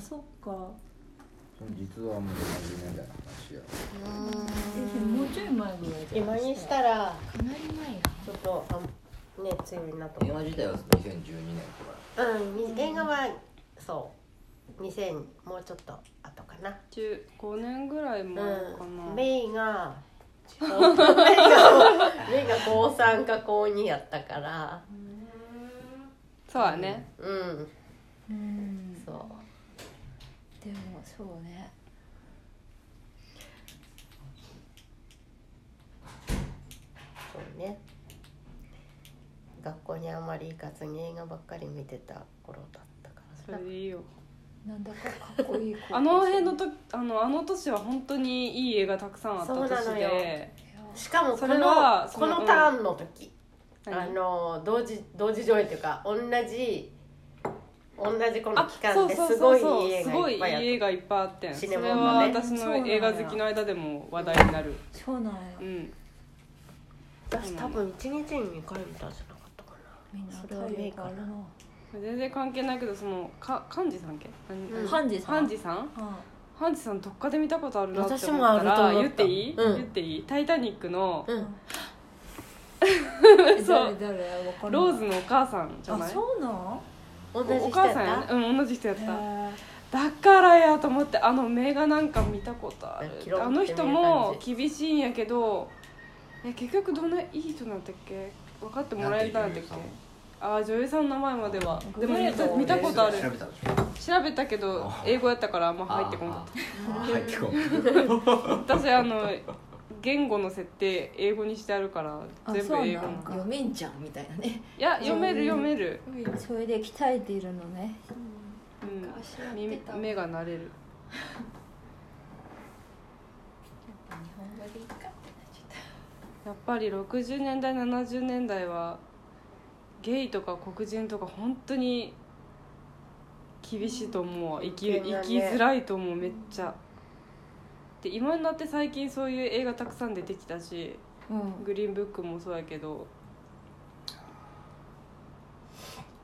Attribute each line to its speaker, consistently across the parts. Speaker 1: か
Speaker 2: その実はもう70年代の話や
Speaker 1: えでももうちょい前ぐらいじゃな
Speaker 3: 今
Speaker 1: い
Speaker 3: にしたら
Speaker 1: かなり前や
Speaker 3: ちょっとあね強いなと
Speaker 2: 映
Speaker 3: 思
Speaker 2: 画
Speaker 3: う
Speaker 2: 自体は2012年とか
Speaker 3: うんに映画はそう2000もうちょっと後かな
Speaker 4: 15年ぐらい前か
Speaker 3: う
Speaker 4: な、
Speaker 3: んメイ がメイがメイが高3か高2やったから
Speaker 4: そうやね
Speaker 3: うん
Speaker 1: うん
Speaker 3: そう
Speaker 1: でもそうね
Speaker 3: そうね学校にあんまり行かずに映画ばっかり見てた頃だったか
Speaker 4: そ
Speaker 3: ら
Speaker 4: れ
Speaker 3: な
Speaker 4: でいいよ
Speaker 1: なんだかかっこいい
Speaker 4: あの辺のとあのあの年は本当にいい映画たくさんあった
Speaker 3: そうな
Speaker 4: 年
Speaker 3: のよ
Speaker 4: で
Speaker 3: しかもこ
Speaker 4: それは
Speaker 3: の
Speaker 4: そ
Speaker 3: こ
Speaker 4: の
Speaker 3: のターンの時、あ
Speaker 4: 何
Speaker 3: の同時同時上映というか同じ同じこの
Speaker 4: あ
Speaker 3: 期間
Speaker 4: そう
Speaker 3: で
Speaker 4: そう
Speaker 3: す
Speaker 4: そ
Speaker 3: ご
Speaker 4: う
Speaker 3: い
Speaker 4: そう
Speaker 3: いい映
Speaker 4: す
Speaker 3: 画
Speaker 4: ご
Speaker 3: い
Speaker 4: い
Speaker 3: っ
Speaker 4: い
Speaker 3: ぱい
Speaker 4: い
Speaker 3: あっ
Speaker 4: 映画いっぱいあってんそ
Speaker 3: シネ
Speaker 4: れ
Speaker 3: マ
Speaker 4: は
Speaker 3: もね
Speaker 4: 私の映画好きの間でも話題になる
Speaker 1: そうなんや
Speaker 4: うん
Speaker 3: た私多分1日に2回見たんじゃなかったか
Speaker 1: みんな
Speaker 3: それは
Speaker 1: 体力あるな
Speaker 4: 全然関係ないけどそのか幹事さんっけ
Speaker 3: うん
Speaker 1: ハンジさ
Speaker 4: ハ
Speaker 1: ん
Speaker 4: ンジさん
Speaker 1: は
Speaker 4: ハンジさんどっかで見たことあるなって
Speaker 3: 私
Speaker 4: 思っ
Speaker 3: もあ
Speaker 4: た
Speaker 3: ると思
Speaker 4: ら
Speaker 3: った
Speaker 4: 言っていい、
Speaker 3: うん
Speaker 4: 言っていい「タイタニック」の
Speaker 3: なう
Speaker 1: い
Speaker 3: ん
Speaker 1: え
Speaker 4: そう
Speaker 1: 誰誰わかんない
Speaker 4: ローズのお母さんじゃ
Speaker 1: あ
Speaker 4: ない
Speaker 1: そうなん
Speaker 3: 同じ
Speaker 4: お
Speaker 3: 人
Speaker 4: 母
Speaker 3: やっ
Speaker 4: さんや
Speaker 3: た
Speaker 4: ねうん同じ人やった
Speaker 1: へ
Speaker 4: だからやと思ってあの目がなんか見たことあ
Speaker 3: キロっ
Speaker 4: る
Speaker 3: て
Speaker 4: あの人も厳しいんやけどえ結局どんないい人なんだっけ分かってもらえたんだっけああ女優さんの名前まではでも見た見たことある
Speaker 2: 調べたでしょ
Speaker 4: 調べたけど英語やったからあんま入ってこなかっ
Speaker 2: あー入ってこんかった
Speaker 4: 私あの言語の設定英語にしてあるから
Speaker 1: あ
Speaker 4: 全部
Speaker 1: そう
Speaker 4: 英
Speaker 1: な
Speaker 4: 語
Speaker 1: ん読めんじゃんみたいなね
Speaker 4: いや読める読める、
Speaker 1: それで鍛えているのね
Speaker 4: うん、耳目が慣れるやっぱり60年代70年代はゲイとか黒人とか本当に厳しいと思う生き
Speaker 3: そうだね
Speaker 4: 生きづらいと思うめっちゃで今になって最近そういう映画たくさん出てきたし
Speaker 1: うん
Speaker 4: グリーンブックもそうやけど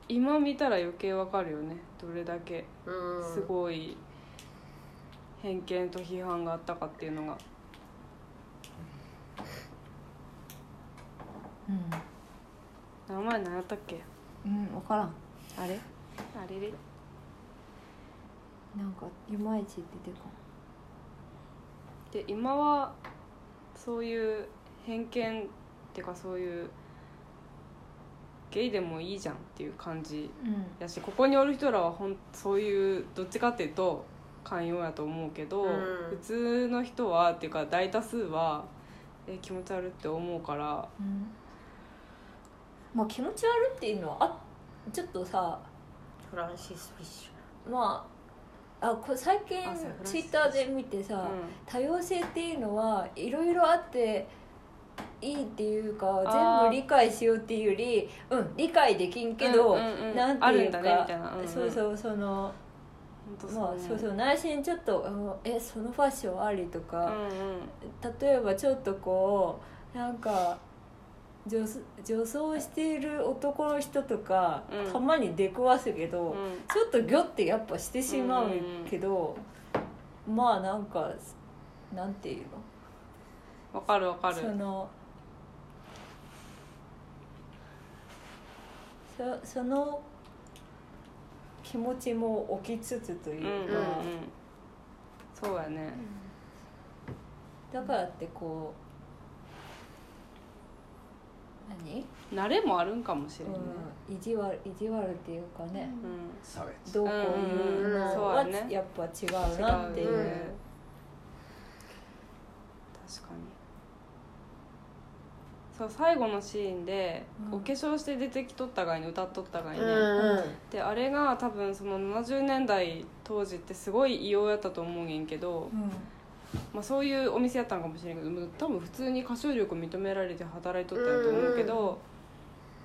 Speaker 4: 今見たら余計わかるよねどれだけ
Speaker 3: うん
Speaker 4: すごい偏見と批判があったかっていうのが
Speaker 1: うん
Speaker 4: 名前何やったっけ
Speaker 1: うん分からん
Speaker 4: あれあれれ
Speaker 1: なんかいまいち出てこ
Speaker 4: で今はそういう偏見ってかそういうゲイでもいいじゃんっていう感じ
Speaker 1: んうん
Speaker 4: やしここにおる人らはほんそういうどっちかっていうと寛容やと思うけど、
Speaker 3: うん
Speaker 4: 普通の人はっていうか大多数はえ気持ち悪いって思うから
Speaker 1: うんまあ気持ち悪いっていうのはあちょっとさ
Speaker 3: フランシス・フィッシ
Speaker 1: まああこれ最近
Speaker 4: あそうフランス
Speaker 1: ツイッターで見てさ、
Speaker 4: う
Speaker 1: 多様性っていうのはいろいろあっていいっていうか
Speaker 4: あー
Speaker 1: 全部理解しようっていうよりうん理解できんけど、
Speaker 4: うんうんうん
Speaker 1: なんて
Speaker 4: ある
Speaker 1: い
Speaker 4: ん
Speaker 1: うか
Speaker 4: だねみたいな、
Speaker 1: そう
Speaker 4: う
Speaker 1: そうその、
Speaker 4: ん本当
Speaker 1: まあ、そうそうう内心ちょっとあの「えそのファッションあり?」とか、
Speaker 4: うんうん
Speaker 1: 例えばちょっとこうなんか女装女装している男の人とか、
Speaker 4: うん
Speaker 1: たまに出くわすけど、
Speaker 4: うん
Speaker 1: ちょっとギョってやっぱしてしまうけど、まあなんかなんていう
Speaker 4: わかるわか
Speaker 1: の
Speaker 4: る
Speaker 1: そのそその気持ちも起きつつという
Speaker 4: うん
Speaker 1: か
Speaker 4: うん、うんそうやね
Speaker 1: だからってこう何
Speaker 4: 慣れもあるんかもしれんね
Speaker 1: うん、意地悪意地悪っていうかね、
Speaker 4: うん、
Speaker 2: 差別
Speaker 1: どうこういうのは
Speaker 4: うんうんうんそうだね
Speaker 1: やっぱ違うなって
Speaker 4: 違
Speaker 1: いうう
Speaker 4: ね
Speaker 3: ん
Speaker 4: 確かにそう最後のシーンで、
Speaker 1: うん
Speaker 4: お化粧して出てきとったがいに歌っとったがい
Speaker 3: ュ
Speaker 4: ね、であれが多分その70年代当時ってすごい異様やったと思うんやけど、
Speaker 1: うん
Speaker 4: まあ、そういうお店やったんかもしれんけどもう多分普通に歌唱力認められて働いとったんやと思うけど、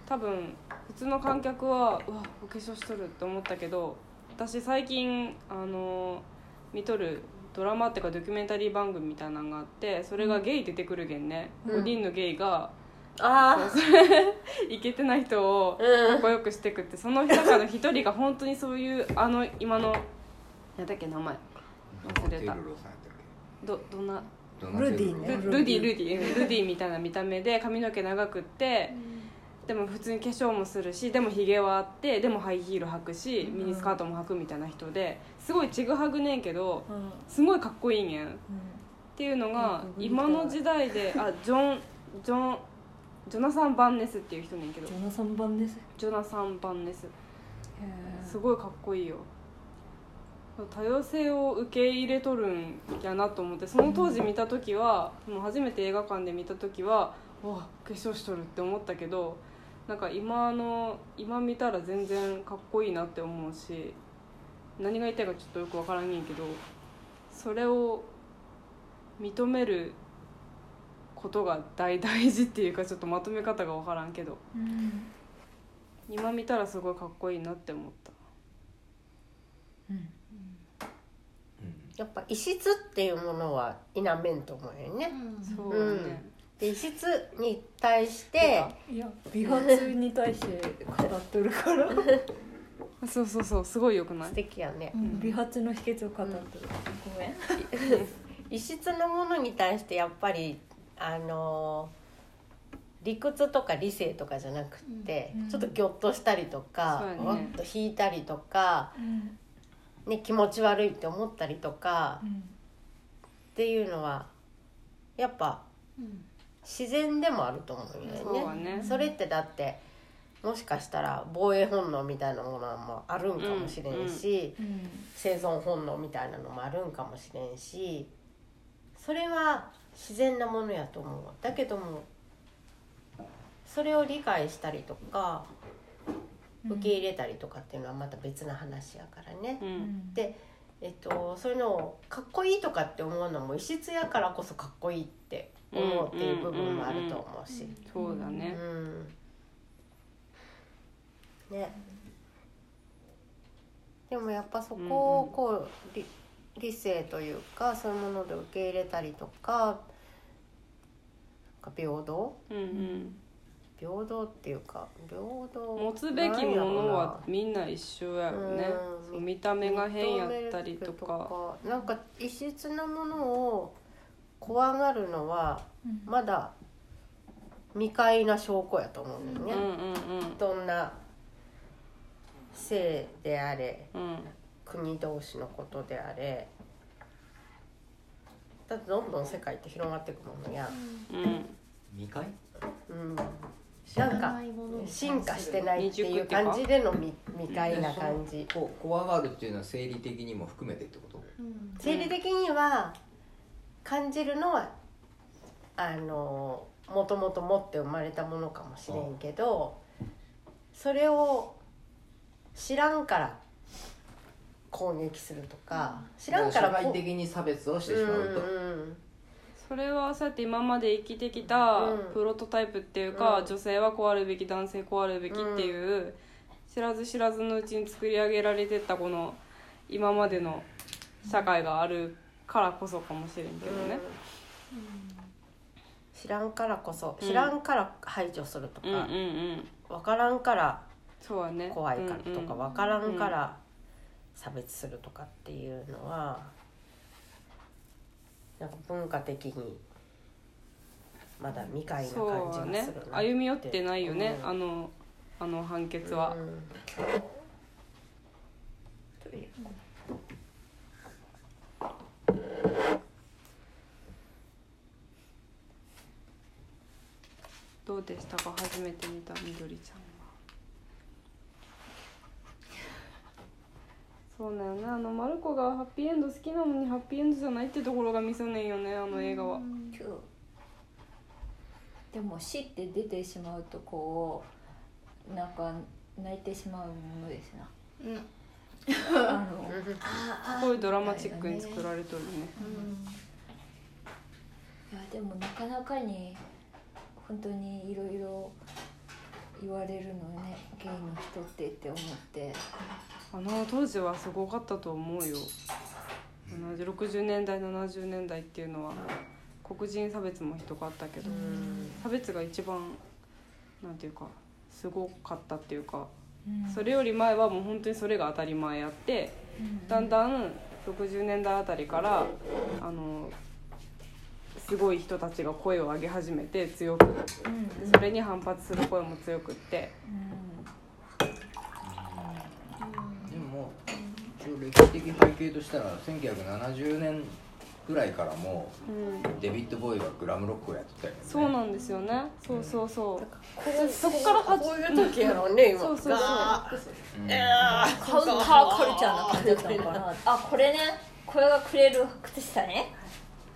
Speaker 4: 多分普通の観客はうわお化粧しとるって思ったけど私最近あの見とるドラマっていうかドキュメンタリー番組みたいなのがあってそれがゲイ出てくるげんね、
Speaker 1: うん
Speaker 4: 5人のゲイが
Speaker 3: あ
Speaker 4: イケてない人を
Speaker 3: あうん
Speaker 4: かっこよくしてくってその中の一人が本当にそういうあの今のやだっけ名前
Speaker 2: ドナ
Speaker 4: 忘れ
Speaker 2: テル
Speaker 4: た
Speaker 2: ロさんやったっ
Speaker 4: どどんな
Speaker 2: けドナテルロ
Speaker 1: ルデ
Speaker 4: ル
Speaker 1: ィね
Speaker 4: ルディルディルディみたいな見た目で髪の毛長くってでも普通に化粧もするしでもヒゲはあってでもハイヒール履くしミニスカートも履くみたいな人ですごいちぐはぐねんけど
Speaker 1: うん
Speaker 4: すごいかっこいいねんっていうのが
Speaker 1: うん
Speaker 4: 今の時代であジョンジョンジョナサン・バンネスっていう人ねんけど
Speaker 1: ジョナサン版です
Speaker 4: ジョナサン・バンネスす
Speaker 1: へ
Speaker 4: ごいかっこいいよ多様性を受け入れとるんやなと思ってその当時見た時はもう初めて映画館で見た時はうわ化粧しとるって思ったけどなんか今の今見たら全然かっこいいなって思うし何が言いたいかちょっとよくわからんねんけどそれを認めることが大大事っていうかちょっとまとめ方がわからんけど
Speaker 1: うん
Speaker 4: 今見たらすごいかっこいいなって思った
Speaker 1: うん
Speaker 3: やっぱ異質っていうものは否めんと思うよね
Speaker 4: そうだね、
Speaker 3: で異質に対して
Speaker 1: いや美髪に対して語っとるから
Speaker 4: そうそうそうすごいよくない
Speaker 3: 素敵やね
Speaker 1: うん美髪の秘訣を語っとるごめん
Speaker 3: 異質のものに対してやっぱりあのー理屈とか理性とかじゃなくって、
Speaker 1: うん
Speaker 3: ちょっとギョッとしたりとか
Speaker 4: そうやね
Speaker 3: わっと引いたりとか、ね、気持ち悪いって思ったりとかっていうのはやっぱ自然でもあると思うんだよね
Speaker 4: そうはね
Speaker 3: それってだってもしかしたら防衛本能みたいなものもあるんかもしれんし、
Speaker 1: うん
Speaker 3: 生存本能みたいなのもあるんかもしれんしそれは自然なものやと思うわだけどもそれを理解したりとか受け入れたりとかっていうのはまた別な話やからね
Speaker 4: う。ん
Speaker 1: で
Speaker 3: でえっと、そういうのをかっこいいとかって思うのも異質やからこそかっこいいって思うっていう部分もあると思うし。
Speaker 4: そうだね、
Speaker 3: うんねでもやっぱそこをこう、理理性というかそういうもので受け入れたりとかなんか平等
Speaker 4: うんうん
Speaker 3: 平等っていうか平等
Speaker 4: 持つべきものはみんな一緒やろね
Speaker 3: うん
Speaker 4: そう見た目が変やったりとか
Speaker 3: なんか異質なものを怖がるのはまだ未開な証拠やと思うんだよね。
Speaker 4: うんうん
Speaker 3: どんな性であれ
Speaker 4: うんうん
Speaker 3: 国同士のことであれだってどんどん世界って広がっていくものや、
Speaker 4: うん
Speaker 2: 未開
Speaker 3: うん、なんか進化してないっていう感じでの未未開な感じ
Speaker 2: こ怖がるっていうのは生理的にも含めてってこと
Speaker 3: 生理的には感じるのはあのもともと持って生まれたものかもしれんけどそれを知らんから攻撃するとか知らんから
Speaker 2: 社
Speaker 3: こ
Speaker 2: 会
Speaker 3: う
Speaker 2: 的に差別をして
Speaker 3: う
Speaker 2: し
Speaker 3: ん
Speaker 2: ま
Speaker 3: う
Speaker 2: うと、
Speaker 3: ん
Speaker 4: それはそうやって今まで生きてきた
Speaker 3: うん
Speaker 4: プロトタイプっていうか、
Speaker 3: うん
Speaker 4: 女性はこうあるべき男性こうあるべきっていう、知らず知らずのうちに作り上げられてったこの今までの社会があるからこそかもしれんけどね、
Speaker 3: 知らんからこそ
Speaker 4: うん
Speaker 3: 知らんから排除すると
Speaker 4: うん、うん
Speaker 3: か
Speaker 4: うん
Speaker 3: 分からんから
Speaker 4: そうはね
Speaker 3: 怖いからとか
Speaker 4: うんうん
Speaker 3: 分からんから差別するとかっていうのはなんか文化的にまだ未開な
Speaker 4: そう
Speaker 3: 感
Speaker 4: は
Speaker 3: じが
Speaker 4: ね
Speaker 3: するな
Speaker 4: 歩み寄ってないよね、
Speaker 3: うん
Speaker 4: あのあの判決は、
Speaker 3: うん
Speaker 4: どうでしたか初めて見たみどりちゃんはそうだよねあのマルコがハッピーエンド好きなのにハッピーエンドじゃないってところが見せねえよねあの映画は
Speaker 1: でも死って出てしまうとこうなんか泣いてしまうものですなあの
Speaker 4: すごいドラマチックに作られとるね
Speaker 1: いやでもなかなかに本当にいろいろ言われるのねゲイの人ってって思って
Speaker 4: あの当時はすごかったと思うよ70 60年代70年代っていうのは黒人差別もひどかったけど差別が一番なんていうかすごかったっていうかそれより前はもう本当にそれが当たり前やってだんだん60年代あたりからあのすごい人たちが声を上げ始めて強く
Speaker 1: うん
Speaker 4: でそれに反発する声も強くって
Speaker 2: でも一応歴史的背景としたら1970年ぐらいからも
Speaker 4: うん
Speaker 2: うデビッド・ボーイはグラムロックをやってたよね
Speaker 4: そうなんですよねそうそうそう
Speaker 3: こ
Speaker 4: そこから始
Speaker 3: こういう時やろうね今
Speaker 4: そうそうそう
Speaker 3: ガー
Speaker 2: うん
Speaker 1: カウンターカルチャーな感じだったのかなあこれねこれがくれる靴下ね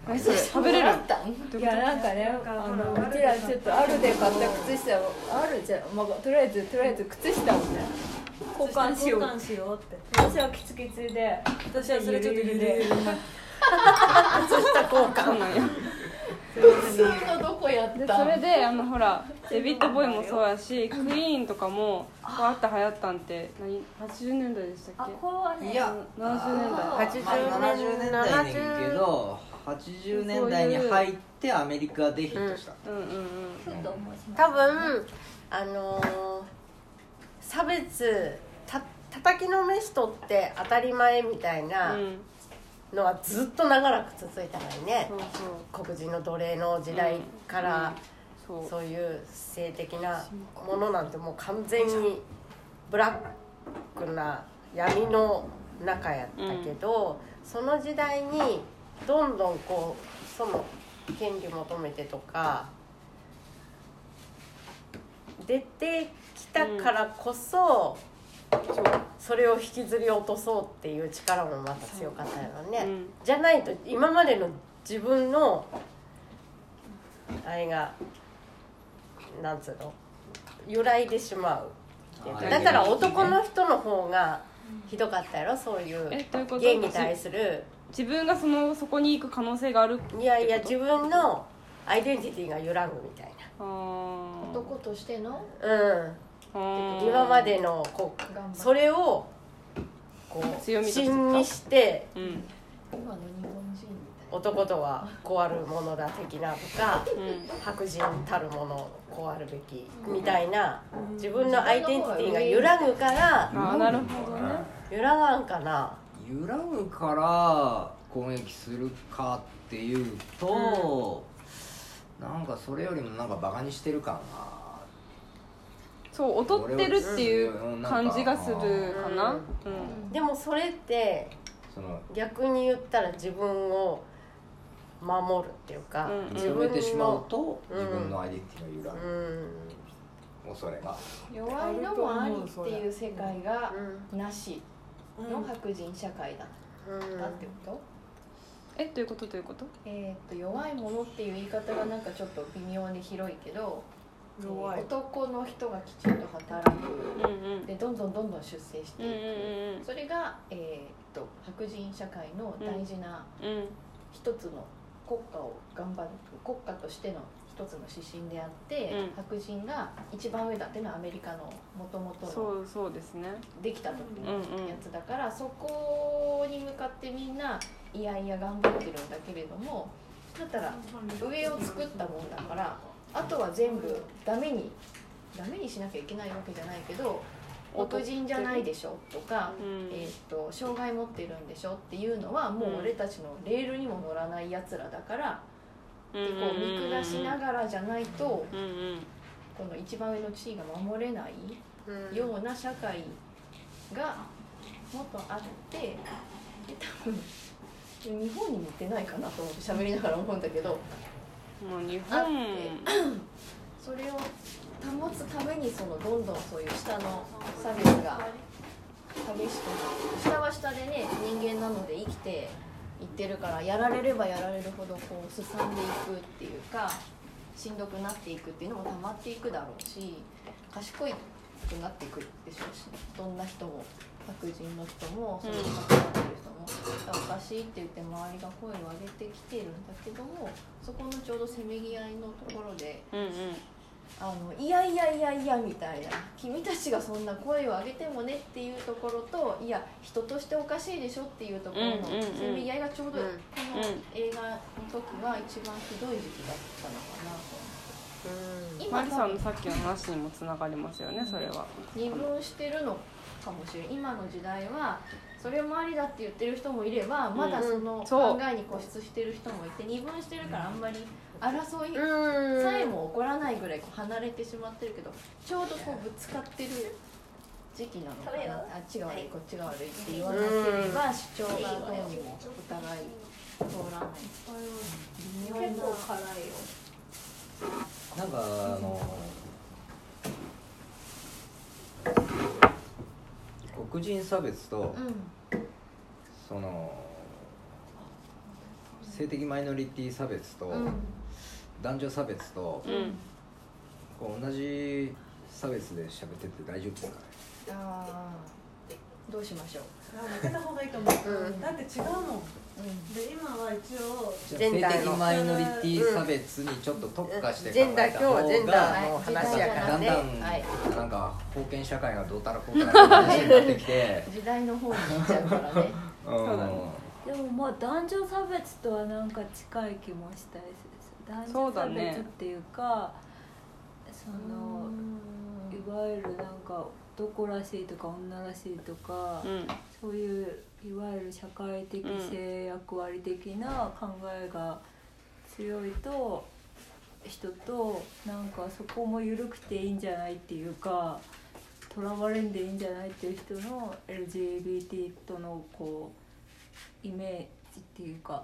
Speaker 4: 何それ食べれる
Speaker 3: もらったん
Speaker 1: いやなんかねあのうちらちょっとあるで買った靴下をあるじゃん、まあ、とりあえずとりあえず靴下をね交換しよう
Speaker 5: 換しようって
Speaker 1: 私はキツキツで
Speaker 5: 私はそれちょっとゆるゆるな
Speaker 4: そうなんよ
Speaker 3: そういうのどこやっ
Speaker 4: で
Speaker 3: た
Speaker 4: それであのほらデビッド・ボーイもそうやしクイーンとかもわーって流行ったんって何80年代でした
Speaker 1: あ
Speaker 4: っけ
Speaker 1: これはね
Speaker 2: いや
Speaker 4: 70年代
Speaker 3: 80
Speaker 2: まあ70年代にいるけ
Speaker 3: 70
Speaker 2: ど80年代に入ってアメリカでヒットした、
Speaker 4: うんうんうん
Speaker 1: ちょっと面白い
Speaker 3: 多分あのー差別た叩きのめしとって当たり前みたいな
Speaker 4: うん
Speaker 3: のはずっと長らく続いたのにね、
Speaker 4: そう
Speaker 3: 黒人の奴隷の時代から、
Speaker 4: そうそう
Speaker 3: そういう性的なものなんてもう完全にブラックな闇の中やったけど、その時代にどんどんこうその権利求めてとか出てきたからこそ、それを引きずり落とそうっていう力もまた強かったよね、
Speaker 4: うん
Speaker 3: じゃないと今までの自分のあれがなんつうの揺らいでしまうっていうか
Speaker 2: あー
Speaker 3: だから男の人の方がひどかったやろそういう
Speaker 4: えどういうこと
Speaker 3: ゲイに対する
Speaker 4: 自分がそのそこに行く可能性がある
Speaker 3: いやいや
Speaker 4: ってこと
Speaker 3: 自分のアイデンティティが揺らぐみたい
Speaker 4: あー
Speaker 5: 男としての
Speaker 3: なうん
Speaker 4: あー
Speaker 3: 今までのこう
Speaker 5: 頑張
Speaker 3: それをこ
Speaker 4: 強
Speaker 3: う
Speaker 4: みとして使う
Speaker 3: 芯にして
Speaker 4: うんうん
Speaker 5: 今の日本人みたい
Speaker 3: 男とはこうあるものだ的なとか白人たるものこうあるべきみたいな自分のアイデンティティが揺らぐから
Speaker 4: あーなるほどね
Speaker 3: 揺らがんかな
Speaker 2: 揺らぐから攻撃するかっていうと、なんかそれよりもなんかバカにしてるか
Speaker 4: そう劣ってるっていう感じがするかな
Speaker 3: うん
Speaker 4: うん
Speaker 3: でもそれって
Speaker 2: なその
Speaker 3: 逆に言ったら自分を守るっていうか、
Speaker 4: うん
Speaker 3: 自
Speaker 2: 認め
Speaker 3: 分
Speaker 2: てしまう
Speaker 3: の
Speaker 2: と
Speaker 3: うん
Speaker 2: 自分のアイデンティティが
Speaker 3: う
Speaker 2: 揺らぐ
Speaker 3: ん、
Speaker 2: 恐れが
Speaker 5: な弱いのもありっていう世界が
Speaker 3: う
Speaker 5: なしの白人社会だっ
Speaker 3: ん
Speaker 5: たってこと、
Speaker 4: えどういうことどういうこと
Speaker 5: えーっと弱いものっていう言い方がなんかちょっと微妙に広いけどえー男の人がきちんと働
Speaker 4: う
Speaker 5: く
Speaker 4: んうん
Speaker 5: でどんどんどんどん出世して
Speaker 4: うんうん
Speaker 5: いく、それが、えーっと白人社会の大事な
Speaker 4: うんうん
Speaker 5: 一つの国家を頑張る国家としての一つの指針であって、
Speaker 4: うん
Speaker 5: 白人が一番上だっていうのはアメリカのもともとの
Speaker 4: そうそうですね
Speaker 5: できた時
Speaker 4: うん
Speaker 5: のやつだから、そこに向かってみんないやいや頑張ってるんだけれどもだったら上を作ったもんだからあとは全部ダメにダメにしなきゃいけないわけじゃないけど黒人じゃないでしょとか、
Speaker 4: うんうん
Speaker 5: えー、と障害持ってるんでしょっていうのはもう俺たちのレールにも乗らないやつらだから、
Speaker 4: う
Speaker 5: でこう見下しながらじゃないと
Speaker 4: うんうん
Speaker 5: この一番上の地位が守れない
Speaker 3: うん
Speaker 5: ような社会がもっとあってで多分日本に似てないかなと思って喋りながら思うんだけど
Speaker 4: もう日
Speaker 5: あっ
Speaker 4: 本
Speaker 5: それを保つためにそのどんどんそういう下の差別が激しくなる下は下でね人間なので生きていってるからやられればやられるほどこうすさんでいくっていうかしんどくなっていくっていうのも溜まっていくだろうし賢いくなっていくでしょうしどんな人も白人の人もそれに関わってる人も、おかしいって言って周りが声を上げてきてるんだけどもそこのちょうどせめぎ合いのところで
Speaker 4: うんうん
Speaker 5: あのいやいやいやいやみたいな君たちがそんな声を上げてもねっていうところといや人としておかしいでしょっていうところの
Speaker 4: うんうんうん
Speaker 5: せめぎ合いがちょう
Speaker 3: う
Speaker 5: どこ
Speaker 3: ん
Speaker 5: の
Speaker 4: うん
Speaker 5: 映画の時は一番ひどい時期だったのかなと
Speaker 3: うん
Speaker 5: 今
Speaker 4: マリさんのさっきの話にもつながりますよねそれは
Speaker 5: 二分してるのかもしれない今の時代はそれもありだって言ってる人もいればまだその
Speaker 4: そう
Speaker 5: 考えに固執してる人もいて二分してるからあんまり争い
Speaker 3: うん
Speaker 5: さえも起こらないぐらいこう離れてしまってるけどちょうどこうぶつかってる時期なのか
Speaker 6: 食べよ
Speaker 5: な
Speaker 6: う
Speaker 5: あっちが悪いこっちが悪いって言わなければ主張がどうにもお互い通らない微妙な
Speaker 6: 結構辛いよ
Speaker 2: なんかあの黒人差別と、その性的マイノリティ差別と、
Speaker 5: うんうん
Speaker 2: 男女差別と、
Speaker 4: うん
Speaker 2: こう同じ差別で喋ってて大丈夫ですかね
Speaker 5: あーどうしましょう
Speaker 7: 抜けた方がいいと思う、
Speaker 3: うん
Speaker 7: だって違うもん
Speaker 5: うん
Speaker 7: で今は一応
Speaker 2: じゃあ
Speaker 3: ジェンダー
Speaker 2: 性
Speaker 3: の
Speaker 2: 的マイノリティ差別にちょっと特化して考
Speaker 3: ジェンダー
Speaker 2: えた
Speaker 3: 今日
Speaker 2: 方
Speaker 3: は
Speaker 2: が
Speaker 3: ジェンダーの話やか
Speaker 2: だ
Speaker 3: ら
Speaker 2: ん
Speaker 3: ね
Speaker 2: だ
Speaker 5: はい
Speaker 2: んなんか封建社会がどうたらこうたらって話になってきて
Speaker 5: 時代の方に行っちゃうからね
Speaker 2: うん
Speaker 4: そうだね
Speaker 1: でもまあ男女差別とはなんか近い気もしたりする
Speaker 4: そ
Speaker 1: 男女
Speaker 4: うだ
Speaker 1: 差
Speaker 4: ね
Speaker 1: 別っていうかそのいわゆるなんか男らしいとか女らしいとか、
Speaker 4: うん
Speaker 1: そういういわゆる社会的性役割的な考えが強いと、人となんかそこも緩くていいんじゃないっていうかとらわれんでいいんじゃないっていう人の LGBT とのこうイメージっていうか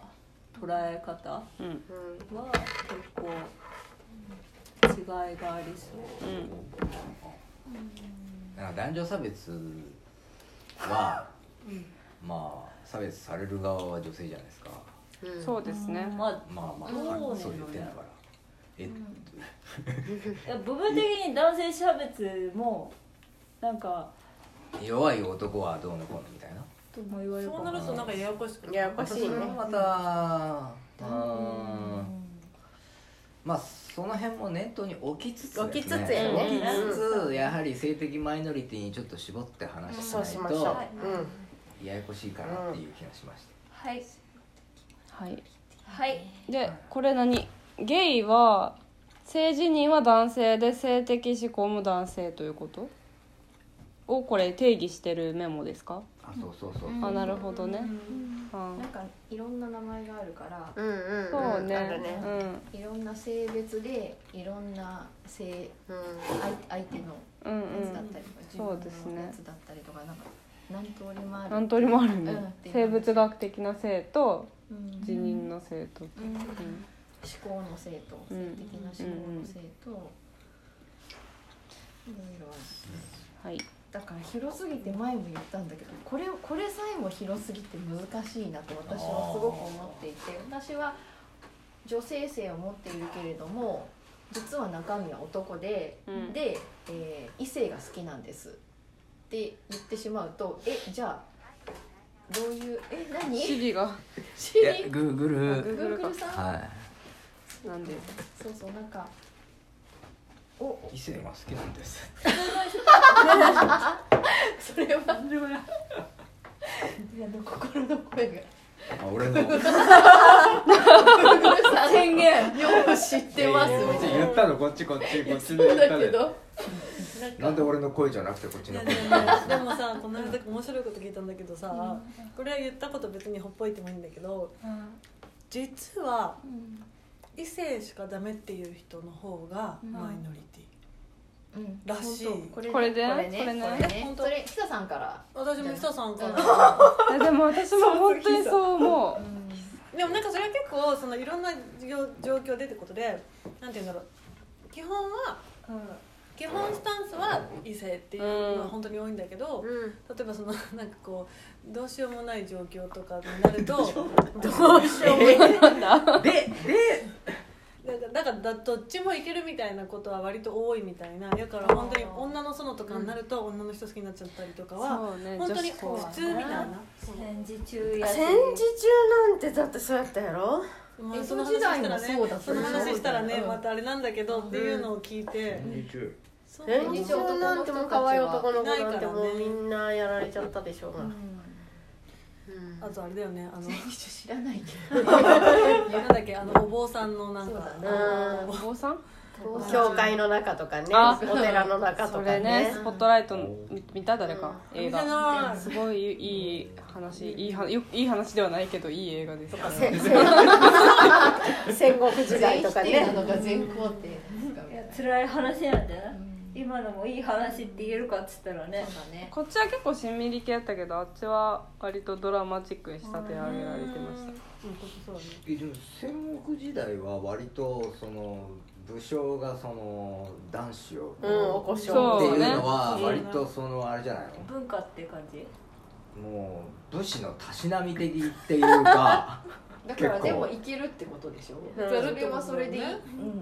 Speaker 1: 捉え方は
Speaker 4: うん
Speaker 3: う
Speaker 1: 結構違いがありそう。
Speaker 2: なんか男女差別は、まあ差別される側は女性じゃないですか
Speaker 3: ん
Speaker 4: うんそうですね
Speaker 1: まあ
Speaker 2: まあまあ、
Speaker 1: そうなのね
Speaker 2: そう言ってんだからえっと、
Speaker 1: いや部分的に男性差別もなんか
Speaker 2: 弱い男はどうのこうのみたいな
Speaker 1: とも言われるか
Speaker 7: そう
Speaker 1: も
Speaker 7: なるとなんかややこしくなる
Speaker 3: ややこしいね
Speaker 2: それもまた、う
Speaker 5: うん
Speaker 2: んまあその辺も念頭に置きつつ、
Speaker 3: 置きつつやね
Speaker 2: 置きつつやはり性的マイノリティにちょっと絞って話し
Speaker 3: そうし
Speaker 2: な
Speaker 3: ま
Speaker 2: い
Speaker 3: しょ
Speaker 2: と
Speaker 3: ううん
Speaker 2: ややこしいかなっていう気がしました、
Speaker 6: はい
Speaker 4: はい
Speaker 6: はい
Speaker 4: でこれ何ゲイは性自認は男性で性的指向も男性ということをこれ定義してるメモですか、
Speaker 2: あそうそうそう、
Speaker 4: あなるほどね、あ
Speaker 5: なんかいろんな名前があるから
Speaker 3: うんうん
Speaker 4: そうね
Speaker 3: あるね
Speaker 5: いろんな性別でいろんな性
Speaker 3: うん
Speaker 5: 相相手の
Speaker 4: うん、うん
Speaker 5: やつだっ
Speaker 4: うん
Speaker 5: たりと
Speaker 4: うんうん
Speaker 5: か、自
Speaker 4: そうです
Speaker 5: 分の
Speaker 4: ね
Speaker 5: やつだったりとかなんか何通りもある
Speaker 4: 何通りもあるね、
Speaker 5: うん
Speaker 4: 生物学的な性と
Speaker 5: うん
Speaker 4: 自認の性と、
Speaker 5: うん思
Speaker 4: うん
Speaker 5: 考の性と
Speaker 4: う
Speaker 5: 性
Speaker 4: ん
Speaker 5: 的な思考の性と、いろいろあ
Speaker 4: は
Speaker 5: る
Speaker 4: い
Speaker 5: だから広すぎて前も言ったんだけどこれこれさえも広すぎて難しいなと私はすごく思っていて私は女性性を持っているけれども実は中身は男で、
Speaker 4: うん
Speaker 5: で、えー異性が好きなんですって言ってしまうとえじゃあどういうえ何
Speaker 4: シリが
Speaker 5: シリ
Speaker 2: いやグーグ
Speaker 4: グ
Speaker 2: ル
Speaker 4: ーグルが
Speaker 5: Google さん、
Speaker 2: は
Speaker 4: なんで
Speaker 5: そうそうなんかお
Speaker 2: い異性は好きなんです
Speaker 5: それはいやあの心の声が
Speaker 2: あ俺の
Speaker 5: 宣言 よく 知ってます
Speaker 2: いやいや
Speaker 5: みたいな
Speaker 2: 言ったのこっちこっちこっちで
Speaker 5: そ
Speaker 2: 言
Speaker 5: う
Speaker 2: っ
Speaker 5: だ
Speaker 2: た
Speaker 5: け
Speaker 2: で
Speaker 5: ど
Speaker 2: なんで俺の声じゃなくてこっち
Speaker 7: い
Speaker 2: の
Speaker 7: や
Speaker 2: 声
Speaker 7: で
Speaker 2: に
Speaker 7: もねでもさこの間面白いこと聞いたんだけどさ、これは言ったこと別にほっぽいてもいいんだけど実は異性しかダメっていう人の方がマイノリ
Speaker 5: う
Speaker 7: ティ、
Speaker 5: ん
Speaker 7: らしい
Speaker 5: 本当これ
Speaker 4: これで
Speaker 5: これね
Speaker 4: こ
Speaker 5: こ
Speaker 4: れ
Speaker 5: れ
Speaker 4: ね
Speaker 5: ね
Speaker 7: 本当
Speaker 5: それひささんから
Speaker 7: 私も久さんから、
Speaker 4: いやでも私も本当にそう思う
Speaker 7: でもなんかそれは結構そのいろんな状状況でってことでなんて言うんだろう基本は基本スタンスは異性っていうのは本当に多いんだけ
Speaker 3: う
Speaker 7: ど、
Speaker 3: ん
Speaker 7: 例えばそのなんかこうどうしようもない状況とかになるとどうしようもないで でだからだどっちもいけるみたいなことは割と多いみたいなだから本当に女の園とかになると女の人好きになっちゃったりとかは、
Speaker 4: そうね
Speaker 7: 本当
Speaker 4: 女
Speaker 7: に
Speaker 4: 子
Speaker 7: 普
Speaker 4: 校は
Speaker 7: 通みたいな、
Speaker 1: 戦時中やし
Speaker 3: 戦時中なんてだってそうやったやろ
Speaker 7: ま
Speaker 5: 江
Speaker 7: あ
Speaker 5: 戸
Speaker 7: その話
Speaker 5: 時
Speaker 7: したら
Speaker 5: 代も
Speaker 7: ね
Speaker 5: そうだった
Speaker 7: その話したらね
Speaker 5: うん
Speaker 7: またあれなんだけどっていうのを聞いて、そう
Speaker 3: 戦時中なんてもう可愛い男の子なんても
Speaker 7: いうないからね
Speaker 3: みんなやられちゃったでしょうが、
Speaker 7: あとあれだよねあの
Speaker 5: 知らないけど
Speaker 7: なんだっけあのお坊さんのなん
Speaker 5: そう
Speaker 7: か
Speaker 5: だ
Speaker 3: ね
Speaker 7: お坊
Speaker 4: お坊さん
Speaker 3: 教会の中とかね
Speaker 4: あ
Speaker 3: お寺の中と
Speaker 4: そ
Speaker 3: か
Speaker 4: れ
Speaker 3: ね
Speaker 4: ねスポットライトの見見た誰か
Speaker 7: 見
Speaker 4: 映
Speaker 7: て
Speaker 4: 画
Speaker 7: ない
Speaker 4: すごいいい話いいはよいい話ではないけどいい映画です
Speaker 3: せせ 戦国時代とか
Speaker 5: 全否定な
Speaker 3: ね
Speaker 5: のか全肯定なのかみた
Speaker 1: い
Speaker 5: い
Speaker 1: や
Speaker 5: な
Speaker 1: 辛い話なんじゃない
Speaker 5: うん
Speaker 1: 今のもいい話って言えるかっつったらね
Speaker 5: そうだね
Speaker 4: こっちは結構しんみり系だったけどあっちは割とドラマチックに仕立て上げられてました
Speaker 7: うん本当そうだね
Speaker 2: えでも戦国時代は割とその武将がその男子を、
Speaker 3: うんおこしょ
Speaker 4: そ
Speaker 2: っ
Speaker 4: う
Speaker 2: ていうのは
Speaker 4: ね
Speaker 2: 割とそのあれじゃない
Speaker 1: 文化って感じ
Speaker 2: のもう武士のたしなみ的っていうか
Speaker 5: だから
Speaker 2: 結構
Speaker 5: でもいけるってことでしょ
Speaker 3: うん
Speaker 5: それはそれでいい、うん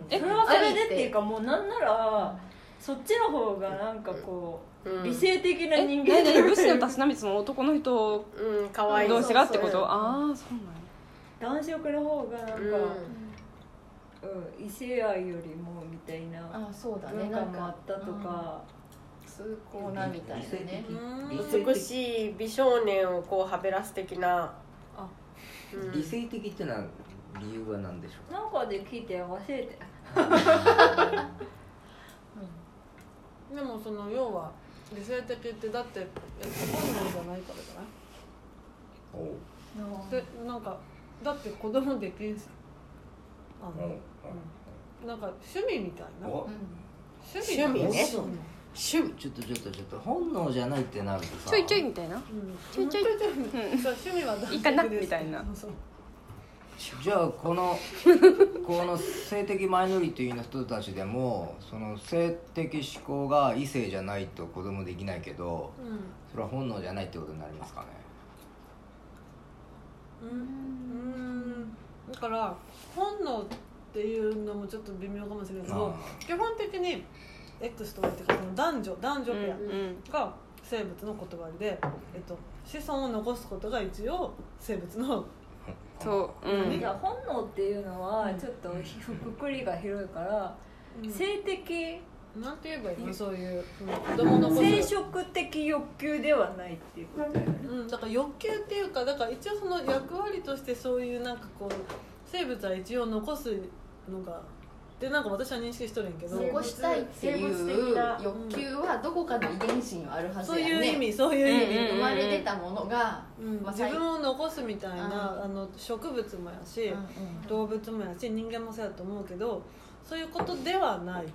Speaker 1: えそれはそれでっていうかもうなんならそっちの方がなんかこ
Speaker 3: う
Speaker 1: うん理性的な
Speaker 4: え
Speaker 1: 人
Speaker 4: 何
Speaker 1: 間
Speaker 4: 何武士のたしなみその男の人
Speaker 3: うん可愛い
Speaker 4: 同士がってこ
Speaker 3: そうそう
Speaker 4: とああそうなんや
Speaker 1: 男色の方がなんか、
Speaker 3: うん
Speaker 1: うん、異性愛よりもみたいな
Speaker 5: あそうだね
Speaker 1: 文
Speaker 5: な
Speaker 1: 化
Speaker 5: ん
Speaker 1: もあ
Speaker 5: か
Speaker 1: ったとか
Speaker 5: 崇高なみたいなね
Speaker 7: うん
Speaker 2: 理性
Speaker 3: 美しい美少年をこうはべらす的な
Speaker 4: あ
Speaker 3: うん
Speaker 2: 理性的ってのは理由は何でしょう
Speaker 1: なんかで聞いて忘れて
Speaker 7: でもその要は理性的ってだってえ本能じゃないからじゃない
Speaker 2: おう
Speaker 7: でなんかだって子供できんしあ
Speaker 2: おう
Speaker 7: の、うん、なんか趣味みたいな
Speaker 2: おう
Speaker 7: 趣
Speaker 3: 趣味ね
Speaker 2: お
Speaker 3: 趣味
Speaker 2: ちょっとちょっとちょっと本能じゃないってなるとさ
Speaker 4: ちょいちょいみたいな
Speaker 7: うん
Speaker 4: ちょいちょい
Speaker 7: うんそう趣味は男
Speaker 4: いいかな
Speaker 7: 性です
Speaker 4: みたいな
Speaker 7: そう
Speaker 2: じゃあこの この性的マイノリティの人たちでもその性的思考が異性じゃないと子供できないけど
Speaker 7: う
Speaker 2: それは本能じゃないってことになりますかね
Speaker 7: んうんうんだから本能っていうのもちょっと微妙かもしれないけど
Speaker 2: あ
Speaker 7: 基本的に X と Y っていうかその男女男女
Speaker 4: うん
Speaker 7: ペ
Speaker 4: うん
Speaker 7: アが生物の言葉で、えっと、子孫を残すことが一応生物の
Speaker 4: そうう
Speaker 1: じ
Speaker 4: ん
Speaker 1: ゃあ本能っていうのはちょっとくくりが広いから、性的
Speaker 7: なんて言えばいいのそういう、子供の
Speaker 1: 生
Speaker 7: 頃
Speaker 1: 殖的欲求ではないっていうことだよね
Speaker 7: うん、だから欲求っていうかだから一応その役割としてそういうなんかこう生物は一応残すのがでなんか私は認識しとるんやけど
Speaker 5: 残したいっていう欲求はどこかの遺伝子にはあるはず
Speaker 7: そう
Speaker 5: やね
Speaker 7: いう意味、そういう意味、
Speaker 4: うん
Speaker 5: 生まれ出たものが、
Speaker 7: うん
Speaker 5: まあ
Speaker 7: 自
Speaker 5: 最
Speaker 7: 分を残すみたいな、
Speaker 5: うん
Speaker 7: あの植物もやし、
Speaker 5: うん
Speaker 7: 動物もやし人間もそうやと思うけどそういうことではないよ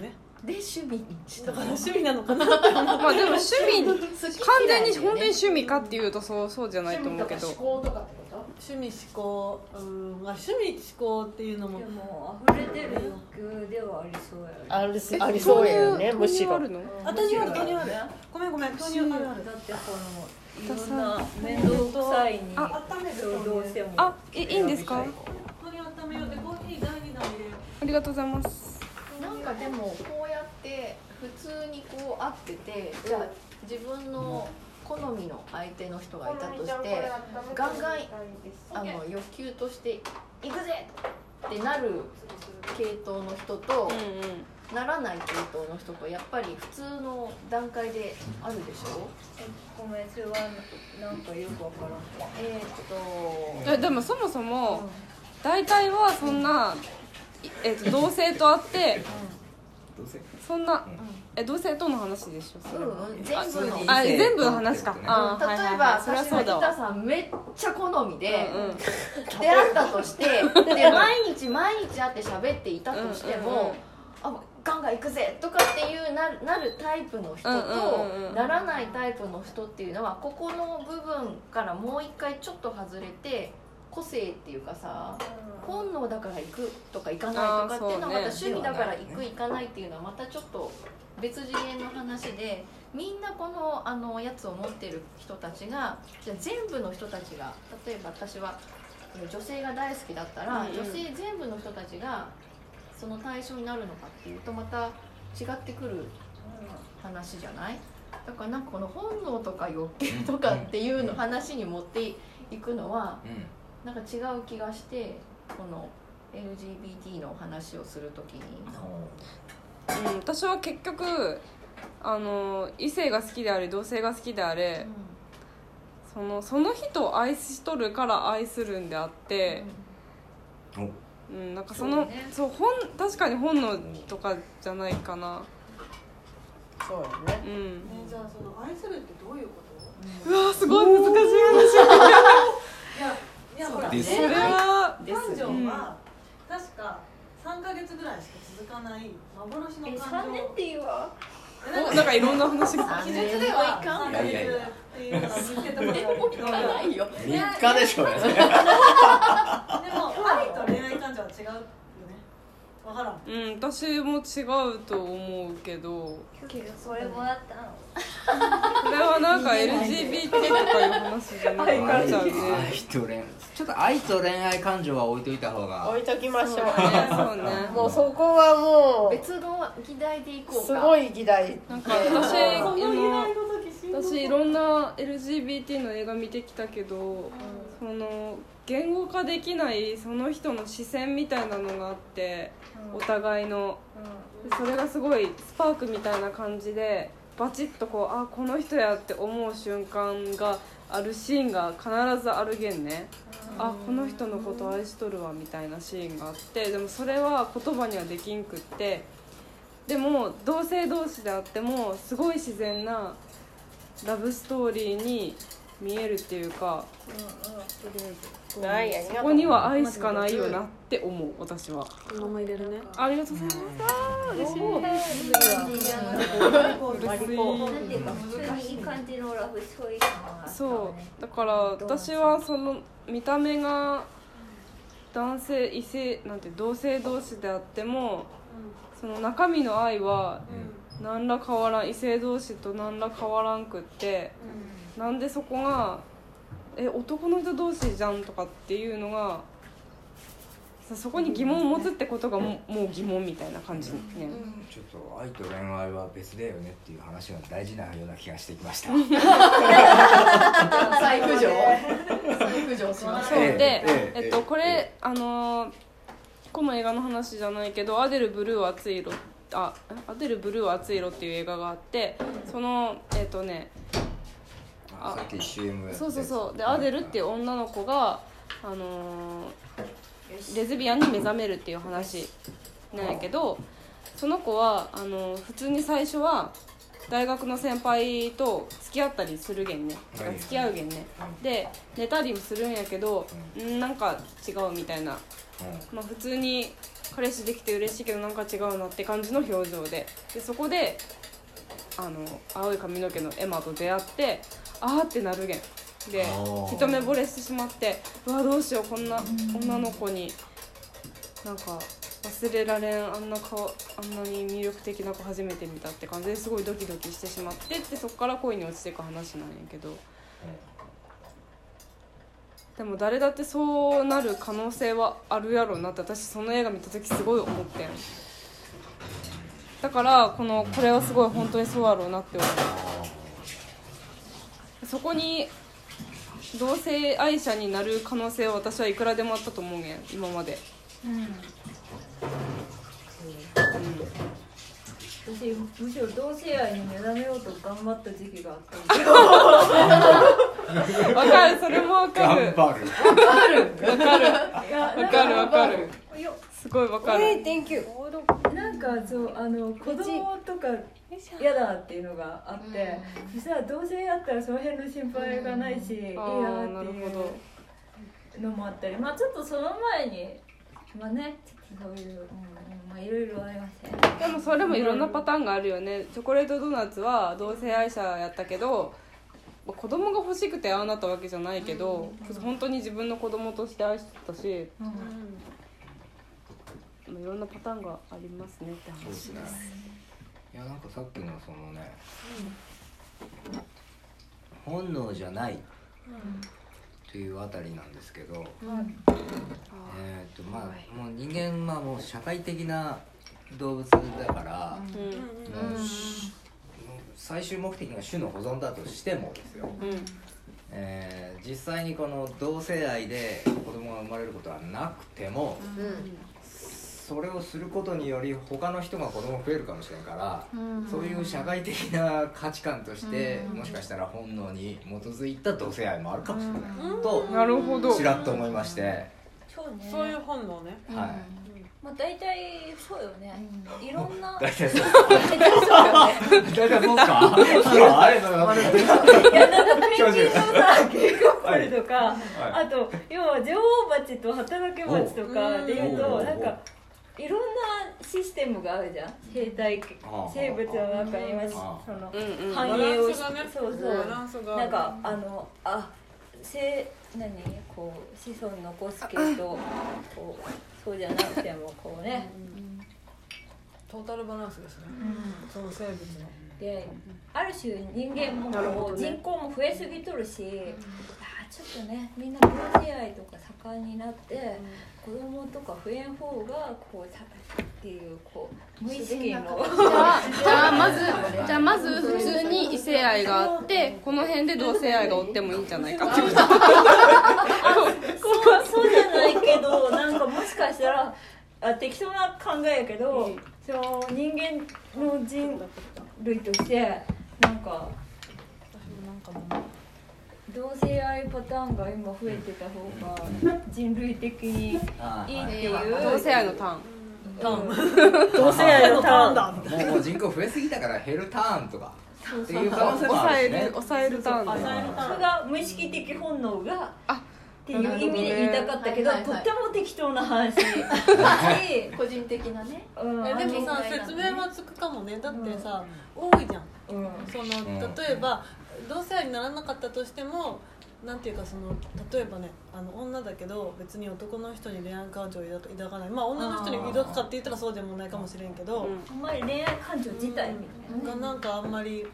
Speaker 7: ね
Speaker 5: で趣味にした
Speaker 7: だから
Speaker 5: の
Speaker 7: 趣味なのかなって思う
Speaker 4: まあでも趣味完
Speaker 5: 完
Speaker 4: 全に本当に趣味かっていうとそうそうじゃないと思うけど
Speaker 5: 趣味とか思考とかってこ
Speaker 7: 趣味思考、うんまあ、趣味思考っていうのも
Speaker 1: でも溢れてる欲求ではありそうやね
Speaker 3: あるすありそうやよねむしろ
Speaker 4: 豆乳豆乳あるの
Speaker 7: あ豆乳ある豆乳あるごめんごめん豆乳あるある
Speaker 1: だってこのいろんな面倒くさいに
Speaker 7: あ温める豆乳
Speaker 1: どうしても
Speaker 4: あいいいんですか
Speaker 7: これ温めようでコーヒー第二弾入れよ
Speaker 4: ありがとうございます
Speaker 5: となんかでもこうやって普通にこう会っててじゃあ自分の好みの相手の人がいたとしてガンガンあの欲求として「行くぜ!」ってなる系統の人と、
Speaker 4: う
Speaker 5: ならない系統の人とやっぱり普通の段階であるでしょ
Speaker 1: ごめんそれはなんかよくわからん
Speaker 5: えー、っ
Speaker 4: んうんえでもそもそも大体はそんな、いえっと同性と会って
Speaker 2: どうせ
Speaker 4: そんな、
Speaker 2: うん
Speaker 4: え同性との話でしょそ
Speaker 5: と、
Speaker 4: れ
Speaker 5: う
Speaker 4: は、
Speaker 5: んうん、全部
Speaker 2: あ
Speaker 5: のう
Speaker 2: そ
Speaker 5: ん
Speaker 2: う
Speaker 5: 例
Speaker 2: な
Speaker 4: あ全部の話か、
Speaker 2: うん
Speaker 4: あーはいはい
Speaker 5: え
Speaker 4: は
Speaker 5: ば
Speaker 4: いそれは
Speaker 5: 私
Speaker 4: そ
Speaker 5: が
Speaker 4: うだ
Speaker 5: 北
Speaker 4: わ
Speaker 5: さんめっちゃ好みで、
Speaker 4: うんうん
Speaker 5: 出会った としてで毎日毎日会って喋っていたとしても、
Speaker 4: うんうんうん
Speaker 5: あガンガン行くぜとかっていうなるなるタイプの人と、
Speaker 4: うんうんうんうん
Speaker 5: ならないタイプの人っていうのはここの部分からもう一回ちょっと外れて個性っていうかさ本能だから行くとか行かないとかっていうの
Speaker 4: あ
Speaker 5: はまた
Speaker 4: ー
Speaker 5: 趣
Speaker 2: そうね
Speaker 5: 味だから行く行かないっていうのはまたちょっと別次元の話でみんなこのあのやつを持ってる人たちがじゃあ全部の人たちが例えば私はえー女性が大好きだったら、
Speaker 4: うんうん
Speaker 5: 女性全部の人たちがその対象になるのかっていうとまた違ってくる話じゃないだからなんかこの本能とか欲求とかっていうの話に持っていくのは
Speaker 2: うん
Speaker 5: なんか違う気がしてこの LGBT の話をするときに
Speaker 4: うん、私は結局あの異性が好きであれ同性が好きであれ、そのその人を愛しとるから愛するんであって、
Speaker 2: お
Speaker 4: うん、なんかそのそう,、本確かに本能とかじゃないかな
Speaker 3: そうよね
Speaker 4: うん、
Speaker 7: じゃあその愛するってどういうこと
Speaker 4: うわすごい難しい話
Speaker 7: いやいやほら
Speaker 2: で
Speaker 7: ね
Speaker 2: す
Speaker 4: それは
Speaker 7: 男女は確か3ヶ月ぐらいしか続かない幻の感
Speaker 1: 三年
Speaker 7: 情
Speaker 1: っていうわ
Speaker 7: え
Speaker 4: おなんかいろんな話が
Speaker 5: 記述ではいかん
Speaker 7: 3ヶ月っていうのが見つけたことがある
Speaker 5: ないよ
Speaker 2: 3日でしょうね
Speaker 7: でも愛と恋愛感情は違うよね分からん
Speaker 4: うん私も違うと思うけど
Speaker 1: それもあったの
Speaker 4: これはなんか LGBT とかいう話じゃなくなっちゃうね
Speaker 2: 愛と恋ちょっと愛と恋愛感情は置いといた方が
Speaker 3: 置いときましょう
Speaker 4: そうね
Speaker 3: もうそこはもう
Speaker 5: 別の議題でいこうか
Speaker 3: すごい議題
Speaker 4: なんか私あの
Speaker 7: 時
Speaker 4: 私いろんな LGBT の映画見てきたけどその言語化できないその人の視線みたいなのがあってお互いのでそれがすごいスパークみたいな感じでバチッとこうあこの人やって思う瞬間があるシーンが必ずあるげんねあこの人のこと愛しとるわみたいなシーンがあってでもそれは言葉にはできんくってでも同性同士であってもすごい自然なラブストーリーに見えるっていうか
Speaker 3: はいありがとう
Speaker 4: ここには愛しかないよなって思う私は
Speaker 7: 名前入れるね
Speaker 4: ありがとうございますあー嬉しい
Speaker 1: なんていうか普通にいい感じのラブストーリー感があった
Speaker 4: そ
Speaker 1: わね
Speaker 4: うだから私はその見た目が男性異性なんて同性同士であってもその中身の愛は何ら変わらん異性同士と何ら変わらんくってなんでそこがえ男の人同士じゃんとかっていうのがさそこに疑問を持つってことがもうもう疑問みたいな感じね、
Speaker 2: ちょっと愛と恋愛は別だよねっていう話が大事なような気がしてきま した
Speaker 5: 再浮上再浮上しまし
Speaker 4: そう
Speaker 5: た
Speaker 2: ええ
Speaker 4: で、
Speaker 2: ええ
Speaker 4: えっと、これ、
Speaker 2: え
Speaker 4: あのーこの映画の話じゃないけど「アデル・ブルーは熱い色」あえ「アデル・ブルーは熱い色」っていう映画があってそのえっとね
Speaker 2: あさっき CM
Speaker 4: そうそうそうでアデルっていう女の子が、あのーレズビアンに目覚めるっていう話なんやけどその子はあのー普通に最初は大学の先輩と付き合ったりするげんねてか
Speaker 2: はい
Speaker 4: 付き合うげんねで寝たりもするんやけど、うん、なんか違うみたいなまあ、普通に彼氏できて嬉しいけどなんか違うなって感じの表情ででそこであの青い髪の毛のエマと出会ってあーってなるげんで
Speaker 2: あー
Speaker 4: 一目惚れしてしまってうわどうしようこんな女の子になんか忘れられんあんな顔あんなに魅力的な子初めて見たって感じですごいドキドキしてしまってってそこから恋に落ちていく話なんやけど。でも誰だってそうなる可能性はあるやろうなって私その映画見た時すごい思ってんだからこのこれはすごい本当にそうやろうなって思うそこに同性愛者になる可能性は私はいくらでもあったと思うげん今まで
Speaker 1: 私むしろ同性愛に目覚めようと頑張った時期があったんで
Speaker 4: わかるそれもわかる
Speaker 2: 頑張る
Speaker 4: わかるわかるすごいわかる
Speaker 3: Thank you
Speaker 1: なんかそうあの子供とか嫌だっていうのがあって、そしたら同性やったらその辺の心配がないし、いいな
Speaker 4: あ
Speaker 1: って
Speaker 4: あなる
Speaker 1: い
Speaker 4: ほど
Speaker 1: うのもあったりまあちょっとその前にまあねちょっとそういう、うんうん、まあいろいろありましたよね
Speaker 4: でもそれもいろんなパターンがあるよねチョコレートドーナツは同性愛者やったけどまあ子供が欲しくてああなったわけじゃないけど、本当に自分の子供として愛してたし、まあいろんなパターンがありますねって
Speaker 2: そうですね
Speaker 4: 話
Speaker 2: いやなんかさっきのそのね、本能じゃないっていうあたりなんですけど、えーっとまあもう人間はもう社会的な動物だから、
Speaker 4: う
Speaker 2: もうしもう最終目的が種の保存だとしてもですよ、
Speaker 4: んうん
Speaker 2: えー実際にこの同性愛で子供が生まれることはなくても、それをすることにより他の人が子供増えるかもしれんから、そういう社会的な価値観として、もしかしたら本能に基づいた同性愛もあるかもしれない、と
Speaker 4: なるほど
Speaker 2: ちらっと思いまして、
Speaker 1: ちょうそうね
Speaker 7: そういう本能ね
Speaker 2: はい
Speaker 1: まあ大体そうよね、いろんな
Speaker 2: 大体そう
Speaker 1: 大体そうよね
Speaker 2: 大体そうっすかあありがとうございます
Speaker 1: いやなんかペンギンの さ警告
Speaker 2: は
Speaker 1: こ
Speaker 2: い
Speaker 1: れとか、
Speaker 2: は
Speaker 1: あと要は女王蜂と働き蜂とかでいう
Speaker 2: おうおうおうお
Speaker 1: と
Speaker 2: う
Speaker 1: なんかいろんなシステムがあるじゃん生態系
Speaker 2: ああ
Speaker 1: 生物の中には
Speaker 2: ああ
Speaker 1: その
Speaker 4: うんうん
Speaker 1: 繁
Speaker 7: い
Speaker 1: 栄をし
Speaker 7: バランスがね
Speaker 1: そうそう、
Speaker 7: バランスが
Speaker 1: なんかあのあせ何こう子孫残すけどこうそうじゃなくてもこうね、
Speaker 7: トータルバランスですねその生物の
Speaker 1: である種人間も
Speaker 4: なるほ
Speaker 1: こ
Speaker 4: ど
Speaker 1: う
Speaker 4: ね
Speaker 1: 人口も増えすぎとるし、あーちょっとねみんな同性愛とか盛んになって、子供とか増えん方がこうさっていうこう無意識の
Speaker 4: じゃあまずじゃあまず普通に異性愛があってこの辺で同性愛がおってもいいんじゃないかってこと
Speaker 1: そうそうじゃないけどなんかもしかしたらあ適当な考えやけど、その人間の人類としてなんか同性愛パターンが今増えてた方が人類的にいいっ
Speaker 2: あは
Speaker 1: ていう
Speaker 4: 同性愛のターン
Speaker 7: 同性愛のターンだ
Speaker 2: もうもう人口増えすぎたから減るターンとかっていう可能性も
Speaker 4: 抑
Speaker 2: ある
Speaker 4: え
Speaker 2: しね
Speaker 4: る抑えるターン
Speaker 2: 抑える
Speaker 1: それが無意識的本能が
Speaker 4: あ
Speaker 1: っていう意味で言いたかったけど、
Speaker 5: なるほどね
Speaker 1: とっても適当な話だし、
Speaker 5: 個人的なね
Speaker 1: うん
Speaker 7: えでも
Speaker 5: あ
Speaker 7: さ
Speaker 5: の
Speaker 7: 説明はつくかもねだってさ、多いじゃん
Speaker 1: うん
Speaker 7: その
Speaker 2: ん
Speaker 7: 例えば同性愛にならなかったとしてもなんていうかその例えばねあの女だけど別に男の人に恋愛感情を抱く抱かないまあ女の人に抱くかって言ったらそうでもないかもしれんけど、
Speaker 1: あんまり恋愛感情自体みたいな、
Speaker 7: がなんかあんまり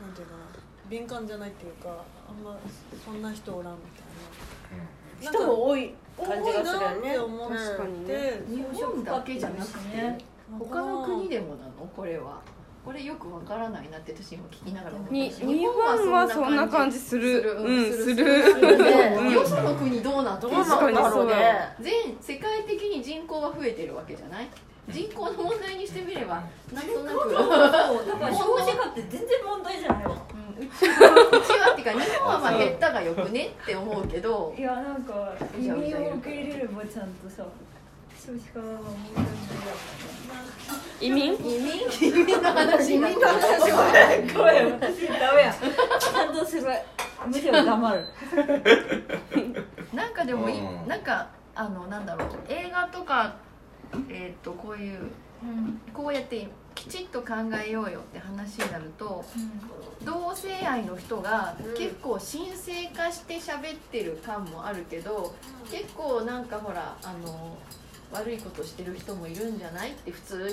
Speaker 7: なんていうかな敏感じゃないっていうかあんまそんな人おらんみたいな
Speaker 3: 人も
Speaker 7: 多
Speaker 3: 多い
Speaker 7: い
Speaker 3: 感じがするよ
Speaker 7: なっ
Speaker 3: ね
Speaker 7: て思って、
Speaker 4: 確かにね
Speaker 5: 日本だけじゃなくて
Speaker 7: うん
Speaker 5: 他の国でもなのこれはこれよくわからないなって私今聞きながら思った
Speaker 4: に日本はそんな感じするうんする
Speaker 5: でもよその国どうなってる
Speaker 4: どうなってんだろうね
Speaker 5: 全世界的に人口が増えてるわけじゃない人口の問題にしてみればなんとなく、うん、うち
Speaker 1: そうだから少子化って全然問題じゃないわ
Speaker 5: はっていうか日本はまあ減ったがよくねって思うけど
Speaker 1: いやなんか移民を受け入れればちゃんとさ少子化は問題
Speaker 4: 移民
Speaker 5: 移民移民の話になった
Speaker 1: だごめん私ダメや感動するむしろ黙る
Speaker 5: なんかでもい、
Speaker 2: うん
Speaker 5: なんかあのなんだろう映画とかえーっとこういうこうやってきちっと考えようよって話になると同性愛の人が結構神聖化して喋ってる感もあるけど、結構なんかほらあの悪いことしてる人もいるんじゃないって普通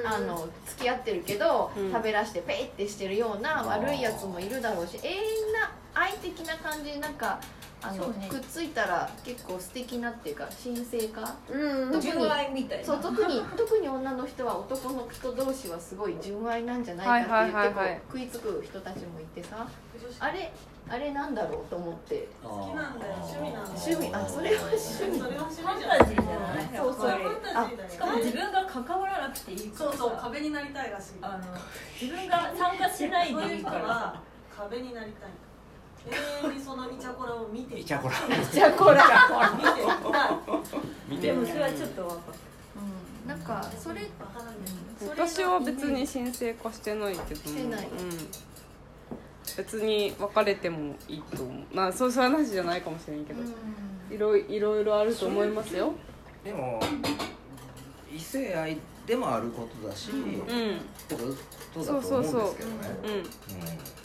Speaker 5: に、あの付き合ってるけど、
Speaker 4: うん
Speaker 5: 食べらしてペイってしてるような
Speaker 2: あー
Speaker 5: 悪いやつもいるだろうし永遠な愛的な感じになんかあの、
Speaker 1: そうね
Speaker 5: くっついたら結構素敵なっていうか神聖化
Speaker 3: うん
Speaker 1: 純愛みたいな
Speaker 5: そう特に 特に女の人は男の人同士はすごい純愛なんじゃないかって言
Speaker 4: はいはい
Speaker 5: って
Speaker 4: はいはい
Speaker 5: こう食いつく人たちもいてさあれあれなんだろうと思って
Speaker 2: 好
Speaker 7: きなんだよ趣味なんだよ
Speaker 5: 趣味あそれは趣味
Speaker 7: それは知
Speaker 1: ファン
Speaker 7: じゃ
Speaker 1: タ
Speaker 7: ない
Speaker 1: ジーじゃない
Speaker 5: そうそう
Speaker 1: やっぱり
Speaker 7: ファンタジーだよね
Speaker 1: しかも自分が関わらなくていいから
Speaker 7: そうそう壁になりたいらしい
Speaker 1: あの自分が参加しない
Speaker 7: そう
Speaker 1: で
Speaker 7: い
Speaker 1: いうい
Speaker 7: 人
Speaker 1: から
Speaker 7: は壁になりたい永遠にそのイチャコラを見てい
Speaker 2: イチャコラ
Speaker 5: じゃあこれ
Speaker 7: 見ていたい
Speaker 2: 見て
Speaker 1: でもそれはちょっと分かる
Speaker 5: うんなんかそれ
Speaker 7: バカなんだよ
Speaker 5: それが
Speaker 4: 私は別に申請化してないけど
Speaker 5: してな
Speaker 4: う
Speaker 5: い
Speaker 4: ん、別に別れてもいいと思うまあそうそういう話じゃないかもしれんけど、いろいいろいろあると思いますよ
Speaker 2: でも異性愛でもあることだし、
Speaker 4: う
Speaker 2: っ
Speaker 4: ん
Speaker 2: てことだと思うんですけどね
Speaker 4: うん
Speaker 7: でもさぶっ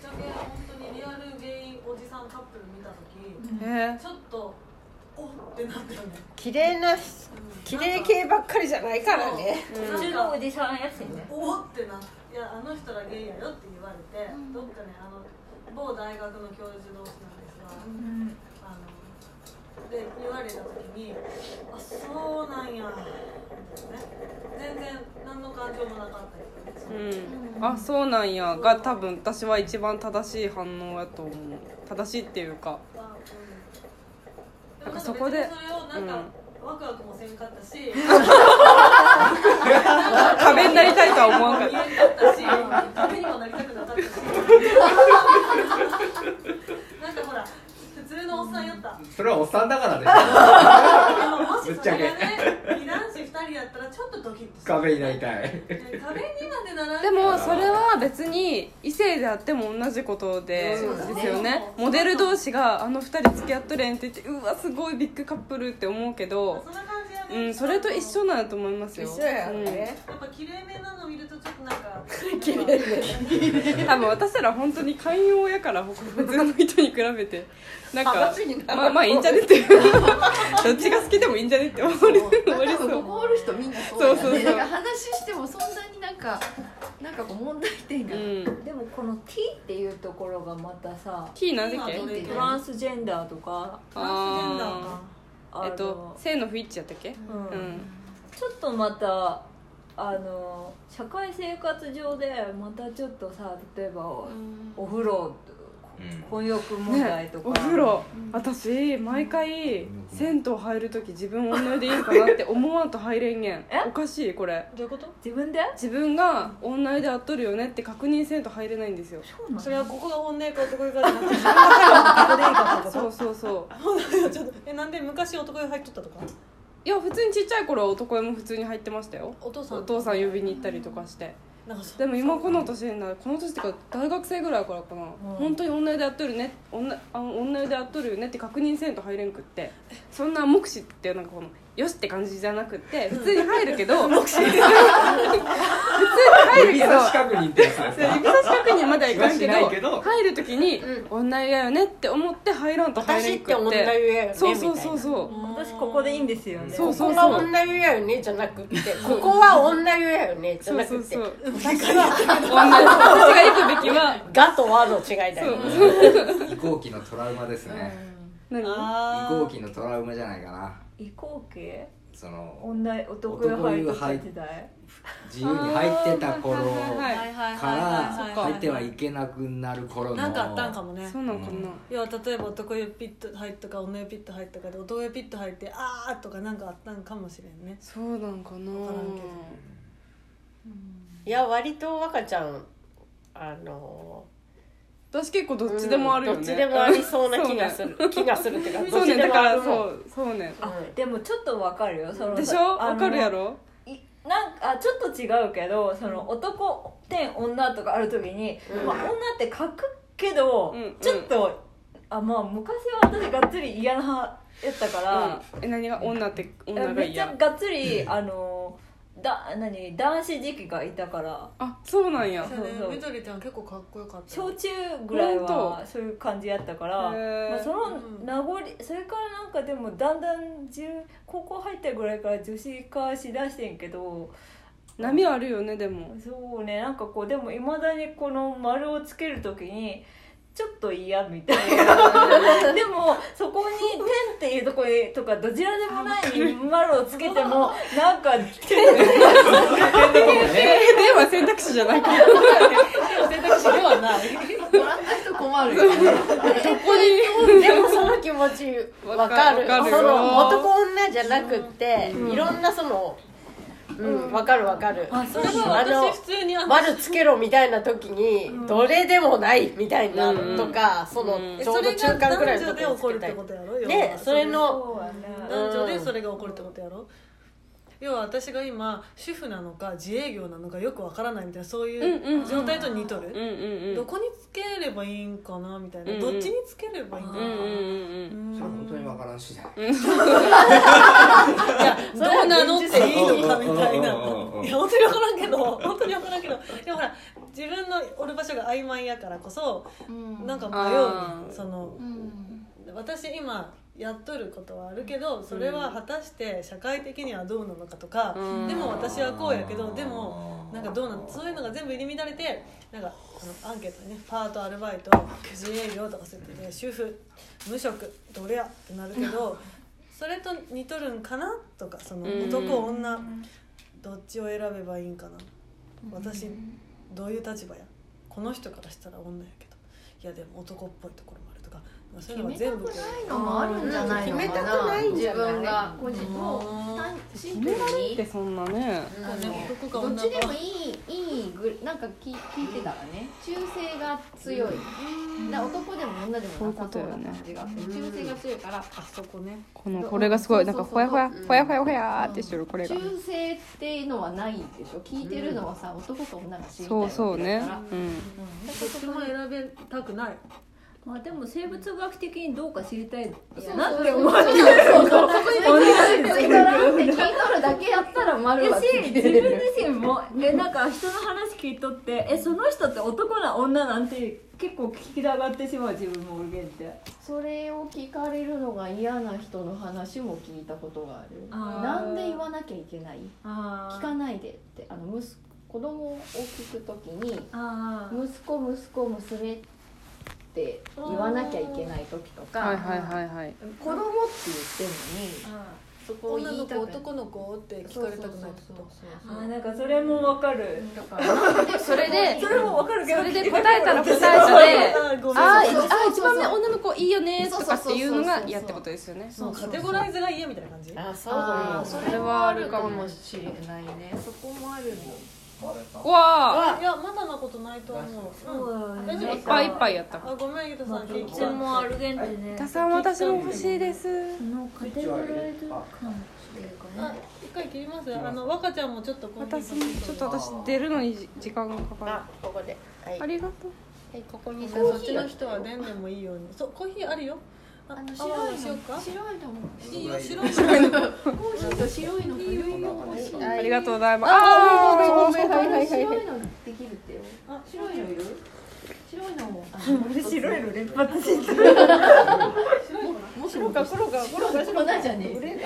Speaker 7: ちゃけ本当にリアルゲイおじさんカップル見た時
Speaker 4: へえ
Speaker 7: ちょっとおってなったよね
Speaker 3: 綺麗な綺麗系ばっかりじゃないからね
Speaker 1: 普通のおじさんやしね
Speaker 7: おおってなっていやあの人らゲイやよって言われて、どっかねあの某大学の教授同士なんですが、あので言われた時にあそうなんや、ね、全然何の感情もなかったりとかね
Speaker 4: うん、あそうなんやが多分私は一番正しい反応やと思う正しいっていうか
Speaker 7: その
Speaker 4: なんかそこで
Speaker 7: もなんか別にそれをなんか、ワクワクもせんかった し
Speaker 4: 壁になりたいとは思わんかった
Speaker 7: 言えなかったし、壁にもなりたくなかったし。なんかほら、普通のおっさんやった。
Speaker 2: それはおっさんだからでし
Speaker 7: でももしそれがね二男子二人やったらちょっとドキッと
Speaker 2: ょ
Speaker 7: す る
Speaker 2: 壁になりたい
Speaker 7: 壁にまでならない
Speaker 4: でもそれは別に異性であっても同じことで
Speaker 3: そうだね
Speaker 4: ですよねモデル同士が「あの二人付き合っとれん」って言って「うわすごいビッグカップル」って思うけど
Speaker 7: そ、んな感じや
Speaker 4: う
Speaker 7: ね
Speaker 4: ん、それと一緒なんだと思いますよ
Speaker 3: 一緒やよね、
Speaker 7: やっぱ綺麗めなの見るとちょっとなんか
Speaker 3: 綺麗で
Speaker 4: うん多分私ら本当に寛容やから他普通の人に比べてなんか
Speaker 3: 話にならない
Speaker 4: まあまあいいんじゃねって どっちが好きでもいいんじゃねって思われ
Speaker 5: そう
Speaker 4: 終わりそ
Speaker 5: 多分こ
Speaker 4: う
Speaker 5: こおる人みんなそうだ
Speaker 4: そう
Speaker 5: よ
Speaker 4: そう
Speaker 5: ね
Speaker 4: そう
Speaker 5: だから話してもそんなになんかなんかこう問題点
Speaker 4: う
Speaker 5: が、
Speaker 4: ん
Speaker 1: でもこの T っていうところがまたさ
Speaker 4: T なんだっけ
Speaker 5: 今どれ
Speaker 1: トランスジェンダーとか
Speaker 7: トランスジェンダーか
Speaker 1: あの
Speaker 4: えっと性の不一致やったっけ
Speaker 1: うん
Speaker 4: うん
Speaker 1: ちょっとまたあの社会生活上でまたちょっとさ例えばおお風呂混浴問題とか、
Speaker 4: お風呂私毎回銭湯入る時自分女湯でいいんかなって思わんと入れんげんおかしいこれ
Speaker 7: どういうこと
Speaker 1: 自分で
Speaker 4: 自分が女湯であっとるよねって確認せんと入れないんですよ
Speaker 1: そうなの
Speaker 7: それはここが本音か男湯かじゃなくて 自分が男湯かってこと
Speaker 4: そうそうそう
Speaker 7: ちょっとえなんで昔男湯入っとったとか
Speaker 4: いや普通にちっちゃい頃は男湯も普通に入ってましたよ
Speaker 7: お父さん
Speaker 4: お父さん呼びに行ったりとかして
Speaker 7: なんかそう
Speaker 4: でも今この年になるこの年っていうか大学生ぐらいからかな、本当に女湯でやっとるね女あ女湯でやっとるよねって確認せんと入れんくってそんな目視ってなんかこのよしって感じじゃなくって普通に入るけど 目視普通に入る
Speaker 2: 指
Speaker 4: けど
Speaker 2: 差し確認ってやつです
Speaker 4: そう
Speaker 2: か
Speaker 4: 指差し確認まではいかんけ
Speaker 2: はしな
Speaker 4: ど
Speaker 2: いけど
Speaker 4: 入る時に、女湯やよねって思って入らんと入
Speaker 3: 私
Speaker 4: れ
Speaker 3: っ
Speaker 4: んくって
Speaker 3: て女湯やよね
Speaker 4: そうそうそう
Speaker 3: み
Speaker 4: そう
Speaker 1: 私ここでいいんですよね
Speaker 4: そう
Speaker 3: た
Speaker 4: そ
Speaker 3: いうなここが
Speaker 4: そう
Speaker 3: 女湯やよねじゃなくってここは女湯やよねじゃ
Speaker 4: そう
Speaker 3: な
Speaker 4: そ
Speaker 3: く
Speaker 4: う
Speaker 3: て
Speaker 4: そう私は女湯私が行くべきは
Speaker 3: 「が」と「は」の違いだ
Speaker 4: そう
Speaker 3: よね
Speaker 2: 移行期のトラウマですね
Speaker 4: 何
Speaker 2: 移
Speaker 7: あー
Speaker 2: 行期のトラウマじゃないかな
Speaker 1: 移行系
Speaker 2: その
Speaker 1: 女男が入ってた時代
Speaker 2: 自由に入ってた頃
Speaker 4: あーはいはいはい
Speaker 7: はいはい
Speaker 2: か
Speaker 7: はいはい
Speaker 2: ら入ってはいけなくなる頃の
Speaker 7: なんかあったんかもね
Speaker 4: そうなんかな、
Speaker 7: いや例えば男湯ピット入っとか女湯ピット入っとかで男湯ピット入ってあーとかなんかあったんかもしれんね
Speaker 4: そうなんかな
Speaker 7: わからんけど
Speaker 3: いや割と若ちゃんあの
Speaker 4: 私結構どっちでもあるよね、
Speaker 3: どっちでもありそうな気がする気がするっていうかど
Speaker 4: そうね
Speaker 3: っちで
Speaker 4: だ
Speaker 3: も
Speaker 4: か
Speaker 3: あ
Speaker 4: ら
Speaker 3: るも
Speaker 4: そ
Speaker 3: ん
Speaker 4: うそうね
Speaker 3: うん
Speaker 1: でもちょっとわかるよその
Speaker 4: でしょ
Speaker 1: あの
Speaker 4: わかるやろ
Speaker 1: いなんかあちょっと違うけどその男点女とかある時に、
Speaker 3: うん
Speaker 1: まあ、女って書くけど、
Speaker 4: うん
Speaker 1: ちょっとあまあ昔は私がっつり嫌な派やったから、
Speaker 4: うんえ何が女って女が
Speaker 1: めっちゃ
Speaker 4: 嫌
Speaker 1: がっつり、あのだ何男子時期がいたから
Speaker 4: あそうなんや
Speaker 7: そうね
Speaker 1: そうそう
Speaker 7: みどりちゃん結構かっこよかったよ
Speaker 1: 小中ぐらい
Speaker 4: ほん
Speaker 1: はそういう感じやったから、
Speaker 4: へー
Speaker 1: まあ、その
Speaker 7: うん
Speaker 1: 名残それからなんかでもだんだん中高校入ったぐらいから女子化しだしてんけど
Speaker 4: 波あるよねでも
Speaker 1: そうねなんかこうでもいまだにこの丸をつけるときにちょっと嫌みたい なでもそこに「点」っていうとこにとかどちらでもないに丸をつけてもなんか「点」って
Speaker 4: え では選択肢じゃないから
Speaker 7: 選択肢ではない
Speaker 5: もらった人困るよね
Speaker 3: でもその気持ちわかる
Speaker 4: わかるよ
Speaker 3: その男女じゃなくって、いろんなそのうんわかるわかるあ
Speaker 7: それは私普通にあ
Speaker 3: の
Speaker 7: の
Speaker 3: 丸つけろみたいな時に、どれでもないみたいな
Speaker 4: うん
Speaker 3: とか、その
Speaker 4: うん
Speaker 7: え
Speaker 3: ちょ
Speaker 7: そう
Speaker 3: ど
Speaker 7: れ
Speaker 3: 中
Speaker 7: が
Speaker 3: 間くらい
Speaker 7: 男
Speaker 3: の
Speaker 7: 女
Speaker 3: と
Speaker 7: で
Speaker 3: こ
Speaker 7: 起こる
Speaker 3: につけ
Speaker 7: って
Speaker 3: たい
Speaker 7: ことやろ要は
Speaker 3: ねそれの
Speaker 1: そうやね
Speaker 7: 男女でそれが起こるってことやろ、要は私が今主婦なのか自営業なのかよくわからないみたいなそう
Speaker 4: んうん
Speaker 7: いううん状態と似とる、
Speaker 4: うんうんう
Speaker 7: ど
Speaker 4: ん
Speaker 7: こにつければいいんかなみたいな、
Speaker 4: うんうん
Speaker 7: どっちにつければいいんかな、
Speaker 4: うんうん
Speaker 7: う
Speaker 4: うん
Speaker 2: それ
Speaker 7: ん
Speaker 2: は本当にわからんしだ
Speaker 7: どうなのっていいのかみたいな
Speaker 2: うんうんうんうん
Speaker 7: いや本当に分からんけど本当に分からんけどでもほら自分のおる場所が曖昧やからこそなんか迷う
Speaker 4: あー
Speaker 7: ねその
Speaker 5: うん
Speaker 7: 私今やっとることはあるけどそれは果たして社会的にはどうなのかとか、
Speaker 4: うん
Speaker 7: でも私はこうやけどでもなんかどうなんそういうのが全部入り乱れてなんかあのアンケートにねパートアルバイト自営業とかそうやってね主婦無職どれやってなるけどそれと似とるんかなとかその
Speaker 4: うん
Speaker 7: 男女どっちを選べばいいんかな私どういう立場やこの人からしたら女やけどいやでも男っぽいところもあるとかまあそういうのが全部こう
Speaker 5: のもあるんじゃない
Speaker 3: 決
Speaker 5: のかな
Speaker 3: めたくないんじゃない
Speaker 5: 自分が個人もう単シンプルに
Speaker 4: でそんなね
Speaker 5: うん
Speaker 7: こ
Speaker 5: ど
Speaker 7: うね男か
Speaker 5: っ
Speaker 7: 女
Speaker 5: ちで
Speaker 7: か
Speaker 5: もいいいいぐなんか聞聞いてたらね中性が強いな男でも女でもなさそうな感じが
Speaker 7: そういうことよね
Speaker 5: 中性が強いから
Speaker 7: あそこね
Speaker 4: このこれがすごいなんかほやほやほやほやほやーってしてるこれが
Speaker 5: 中性っていうのはないでしょ聞いてるのはさ男と女が知りたい
Speaker 4: そう
Speaker 5: わけだか
Speaker 4: そ
Speaker 5: ら
Speaker 4: うねうん
Speaker 5: うんだ
Speaker 7: どっちも選べたくない
Speaker 1: まあでも生物学的にどうか知りたい
Speaker 5: そう
Speaker 1: なっ
Speaker 5: そう
Speaker 1: て
Speaker 5: そう
Speaker 1: 思ってる
Speaker 5: そうそうそう聞いとらんって聞いとるだけやったら丸はつ
Speaker 1: し
Speaker 5: い
Speaker 1: 自
Speaker 5: てる
Speaker 1: 分自身もえなんか人の話聞いとってえその人って男な女なんて結構聞きたがってしまう自分もおるげんって
Speaker 5: それを聞かれるのが嫌な人の話も聞いたことがある
Speaker 1: あー
Speaker 5: なんで言わなきゃいけない
Speaker 1: あ
Speaker 5: 聞かないでってあの息子子供を聞くときに
Speaker 1: あ
Speaker 5: 息子息子娘って言わなきゃいけない時とか、
Speaker 4: はいはいはいはい
Speaker 5: 子供って言ってんのに
Speaker 1: あ
Speaker 5: そこを
Speaker 7: 女
Speaker 5: 言
Speaker 7: の
Speaker 5: い
Speaker 7: 子
Speaker 5: たくない
Speaker 7: 男の子って聞かれたくないってこと
Speaker 1: あーなんかそれもわかる
Speaker 5: だからなんで
Speaker 4: それで
Speaker 1: それもわかるけど
Speaker 4: それで答えたら答えたで
Speaker 7: あーごめん
Speaker 4: あー
Speaker 5: そうそうそう
Speaker 4: あー一番目女の子いいよねとかっていうのが嫌ってことですよね
Speaker 5: そう
Speaker 7: カテゴライズが嫌みたいな感じ
Speaker 3: あそう
Speaker 5: あー
Speaker 3: そ
Speaker 5: そうれはあるかも
Speaker 3: しれないね
Speaker 5: そこもあるの
Speaker 4: うわ
Speaker 7: いやまだなことないと思う、うん
Speaker 1: そう
Speaker 7: 大丈
Speaker 4: ー
Speaker 7: 夫
Speaker 4: いっぱいいっぱいやった
Speaker 7: あごめんゆうたさん聞い
Speaker 1: それもあるげんってね
Speaker 4: たさん私も欲しいです
Speaker 1: そのカテゴライズ感っていうか
Speaker 7: あ
Speaker 1: ね
Speaker 7: 一回切りますあの若ちゃんもちょっとコーヒー
Speaker 4: 私もちょっと私出るのにじ時間がかか
Speaker 3: あここではい
Speaker 4: るありがとう
Speaker 3: はいここに
Speaker 7: そっちの人はでんでもいいようにそうコーヒーあるよあ
Speaker 5: あの
Speaker 7: あ
Speaker 5: 白いの
Speaker 7: しようか
Speaker 5: 白いのも
Speaker 7: いいよ白い
Speaker 5: コーヒーと白いのがいろいろ欲しい
Speaker 3: はい
Speaker 4: ありがとうございます
Speaker 3: あー
Speaker 4: あ
Speaker 3: ごめんごめんごめんはいはいはい
Speaker 5: 白いのできるってよ
Speaker 7: あ
Speaker 5: 白いのいる白いのもあ
Speaker 1: 白いの連発してる
Speaker 5: もしもし
Speaker 7: 黒が
Speaker 5: 粉じゃねえ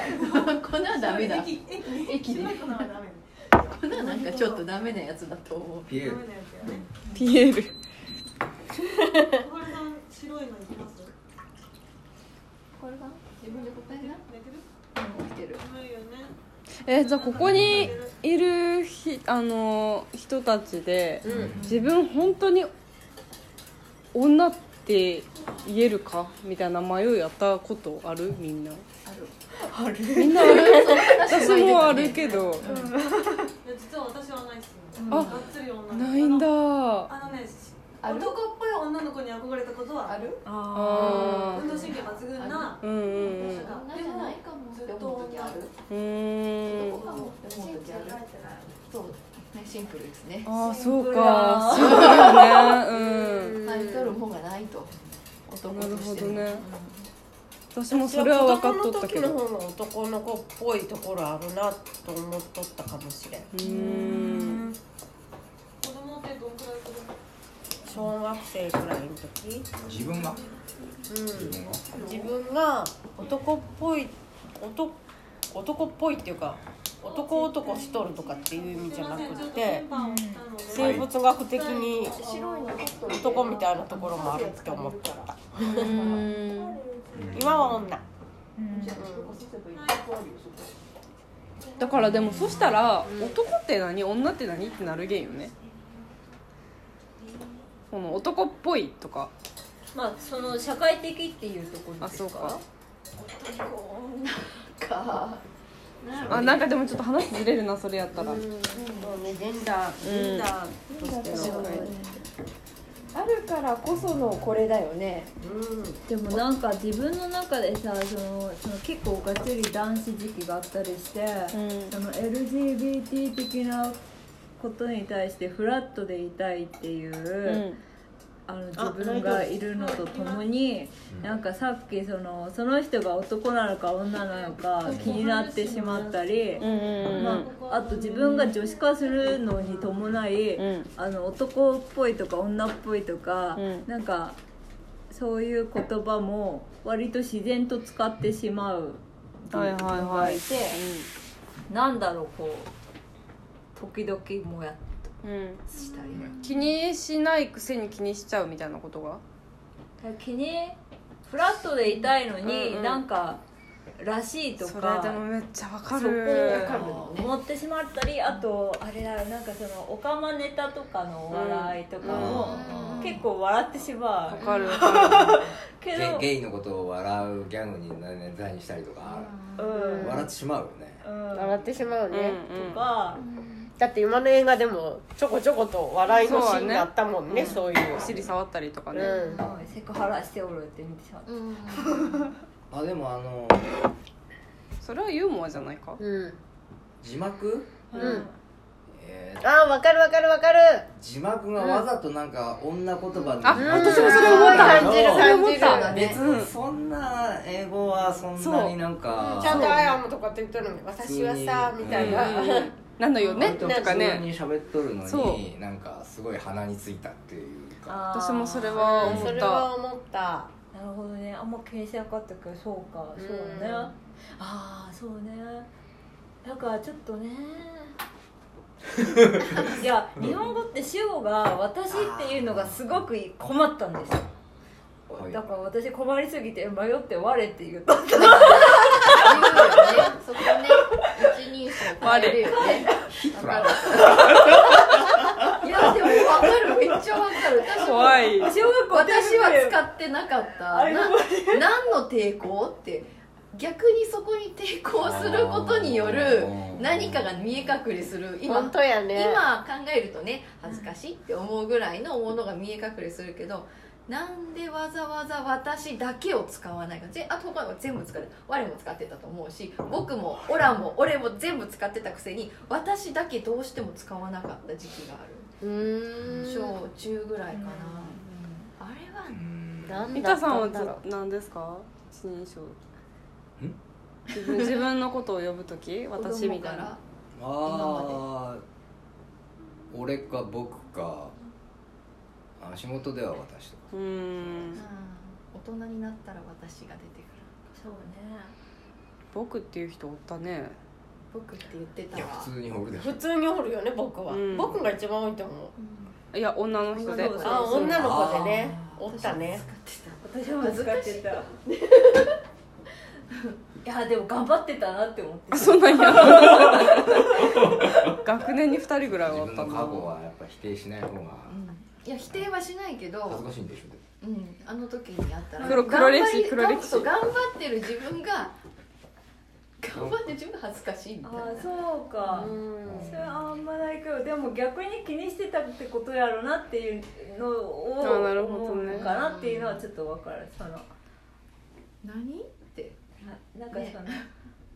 Speaker 5: 粉ダメだ
Speaker 7: 液
Speaker 5: 液で
Speaker 7: 粉はダメだ
Speaker 5: 粉なんかちょっとダメなやつだと思う
Speaker 2: ピエー
Speaker 7: ダ
Speaker 2: ル
Speaker 7: メなやつやね
Speaker 4: ピエール
Speaker 7: 小春さん白いのいきます
Speaker 5: これかな自分で答えな
Speaker 7: 寝てる
Speaker 5: 起きてる
Speaker 7: 寒いよね
Speaker 4: えじゃあここにいるひあの人たちで自分本当に女って言えるかみたいな迷いやったことあるみんなみんなある私もあるけど、
Speaker 7: いや実は私はないっすね
Speaker 4: あ
Speaker 7: がっつり女の子
Speaker 4: ないんだあ
Speaker 7: あのね
Speaker 5: ある
Speaker 7: 男っぽい女の子に憧れたことは
Speaker 5: ある
Speaker 4: あ
Speaker 7: 運動神経抜群な
Speaker 4: うんうんうん
Speaker 5: 女じゃないかもって思う時ある
Speaker 4: うー
Speaker 5: 男
Speaker 4: ん
Speaker 5: かもって思う時あるそうねシンプルですね
Speaker 4: ああそうかそうだよねうん
Speaker 5: 買い取るもんがないと男としても
Speaker 4: なるほどね私もそれは分かっとったけど
Speaker 3: 子供の時の方の男の子っぽいところあるなと思っとったかもしれん
Speaker 4: うーん
Speaker 7: 子供ってどんくらい子供
Speaker 3: 小学生くらいの時、
Speaker 2: 自分が自
Speaker 3: う
Speaker 2: 分が
Speaker 3: ん、自分が男っぽい男男っぽいっていうか男男しとるとかっていう意味じゃなくて生物学的に
Speaker 5: 白いの
Speaker 3: 男みたいなところもあるって思ってた
Speaker 4: うーん
Speaker 3: 今は女
Speaker 4: だからでもそしたら男って何女って何ってなるげんよねこの男っぽいとか
Speaker 1: まあその社会的っていうところ
Speaker 4: あそうか
Speaker 5: か
Speaker 4: あなんかでもちょっと話ずれるなそれやったら
Speaker 3: うんそうねジェンダージェンダーとしての
Speaker 5: あるからこそのこれだよね
Speaker 3: うん
Speaker 1: でもなんか自分の中でさそのその結構がっつり男子時期があったりして、
Speaker 4: ん
Speaker 1: その LGBT 的なことに対してフラットでいたいっていう、
Speaker 4: うん
Speaker 1: あの自分がいるのとともになんかさっきそのその人が男なのか女なのか気になってしまったり、
Speaker 4: うんうん
Speaker 1: まあ、あと自分が女子化するのに伴い、
Speaker 4: うん
Speaker 1: あの男っぽいとか女っぽいとか、
Speaker 4: うん
Speaker 1: なんかそういう言葉も割と自然と使ってしまう
Speaker 4: はいはいはい
Speaker 1: て、なんだろうこう時々もやっ
Speaker 4: うんうん
Speaker 1: としたり、
Speaker 4: 気にしないくせに気にしちゃうみたいなことが
Speaker 1: 気にフラットでいたいのに、
Speaker 4: うんうん
Speaker 1: なんからしいと
Speaker 4: それ
Speaker 1: か
Speaker 4: でもめっちゃわか
Speaker 1: そこ
Speaker 4: る
Speaker 1: を思ってしまったりあとあれだなんかそのオカマネタとかのお笑いとかも、
Speaker 4: うん
Speaker 1: 結構笑ってしま
Speaker 4: わ
Speaker 1: う
Speaker 4: かるわか
Speaker 1: けど
Speaker 2: ゲイゲイのことを笑うギャグにネタにしたりとか、
Speaker 1: うん
Speaker 2: 笑ってしまうよね、
Speaker 1: うん
Speaker 3: 笑ってしまう
Speaker 4: る、うん
Speaker 3: ね、
Speaker 4: うん、
Speaker 1: が
Speaker 3: だって今の映画でもちょこちょこと笑いのシーンがあったもんねそういう
Speaker 4: お尻触ったりとか
Speaker 3: う
Speaker 4: ね、
Speaker 3: ん
Speaker 1: セクハラしておるって見てしまった
Speaker 2: あでもあの
Speaker 4: それはユーモアじゃないか、
Speaker 3: うん
Speaker 2: 字幕、
Speaker 3: うん
Speaker 2: えー
Speaker 3: ああわかるわかるわかる
Speaker 2: 字幕がわざとなんか女言葉に、
Speaker 4: あ私もそれ
Speaker 2: 思った
Speaker 3: 感じる
Speaker 4: それ思
Speaker 3: 感
Speaker 4: っ
Speaker 3: じる
Speaker 4: た
Speaker 2: 別にそんな英語はそんなになんか
Speaker 3: ちゃんと「アイアム」とかって言ってるのに「私はさ」みたいな、
Speaker 2: うん
Speaker 4: うんなのよね
Speaker 2: 割
Speaker 4: と
Speaker 2: と
Speaker 4: か
Speaker 2: 普通
Speaker 4: ね
Speaker 2: に喋っとるの
Speaker 4: そ
Speaker 2: になんかすごい鼻についたっていうか
Speaker 1: あー
Speaker 4: 私もそれは思
Speaker 3: そ
Speaker 4: っ
Speaker 3: れ
Speaker 4: た
Speaker 3: は思った
Speaker 1: なるほどねあんま気にしなかったけどそうかそう
Speaker 3: うん
Speaker 1: ねああそうねなんかちょっとねいや日本語って主語が「私」っていうのがすごく困ったんですよ
Speaker 2: はい
Speaker 1: だから私困りすぎて迷って「我」って言った
Speaker 5: そこね一人称
Speaker 4: 我
Speaker 5: 変えるよね
Speaker 2: ヒト
Speaker 5: わ
Speaker 2: ラ
Speaker 5: か
Speaker 2: ー
Speaker 5: るいやでもわかるめっちゃわかる私も
Speaker 4: 怖い
Speaker 1: 小学校
Speaker 5: 私は
Speaker 1: っ
Speaker 5: 使ってなかった
Speaker 1: あれ
Speaker 5: な何の抵抗って逆にそこに抵抗することによる何かが見え隠れする今
Speaker 3: 本当やね
Speaker 5: 今考えるとね恥ずかしいって思うぐらいのものが見え隠れするけどなんでわざわざ私だけを使わないかぜあと他は全部使って我も使ってたと思うし僕もオラも俺も全部使ってたくせに私だけどうしても使わなかった時期があ
Speaker 3: う
Speaker 5: る
Speaker 3: ーん
Speaker 5: 小中ぐらいかな、あれは
Speaker 2: うん
Speaker 3: 何
Speaker 4: 美
Speaker 3: だ
Speaker 4: 香
Speaker 3: っ
Speaker 4: さん
Speaker 3: た
Speaker 4: は
Speaker 3: んだろう
Speaker 4: つ何ですか一人称自分自分のことを呼ぶとき
Speaker 5: 子
Speaker 4: 私み
Speaker 5: 供
Speaker 4: た
Speaker 5: か
Speaker 4: いな
Speaker 5: ら
Speaker 2: ああ俺か僕かあ仕事では私とか
Speaker 4: うーん
Speaker 5: うん大人になったら私が出てくる
Speaker 1: そうね
Speaker 4: 僕っていう人おったね
Speaker 5: 僕って言って
Speaker 2: い
Speaker 5: た
Speaker 2: や
Speaker 5: わ
Speaker 2: 普通におるでしょ
Speaker 3: 普通におるよね僕は、
Speaker 4: うん
Speaker 3: 僕が一番多いと思う
Speaker 4: いや女の人で
Speaker 1: そうそう
Speaker 3: あ女の子でねおったね
Speaker 1: 私も使ってた いやでも頑張ってたなって思ってた
Speaker 4: そ んなんや学年に2人ぐらいは
Speaker 2: 自
Speaker 4: お
Speaker 2: 分の
Speaker 4: ったん
Speaker 2: 過去はやっぱ否定しない方が
Speaker 5: いや否定はしないけ
Speaker 2: 恥ず
Speaker 5: ど、
Speaker 2: かしいんでしょ
Speaker 5: うん、あの時にあったら
Speaker 4: 黒黒歴史
Speaker 5: 頑張り
Speaker 4: 黒歴史
Speaker 5: そう頑張ってる自分が頑張って自分が恥ずかしいみたいな
Speaker 1: ああそうか、それはあんまないけどでも逆に気にしてたってことやろなっていうのを
Speaker 4: あなるほどね
Speaker 1: 思うかなっていうのはちょっと分かるそのな
Speaker 5: 何って
Speaker 1: なんかその、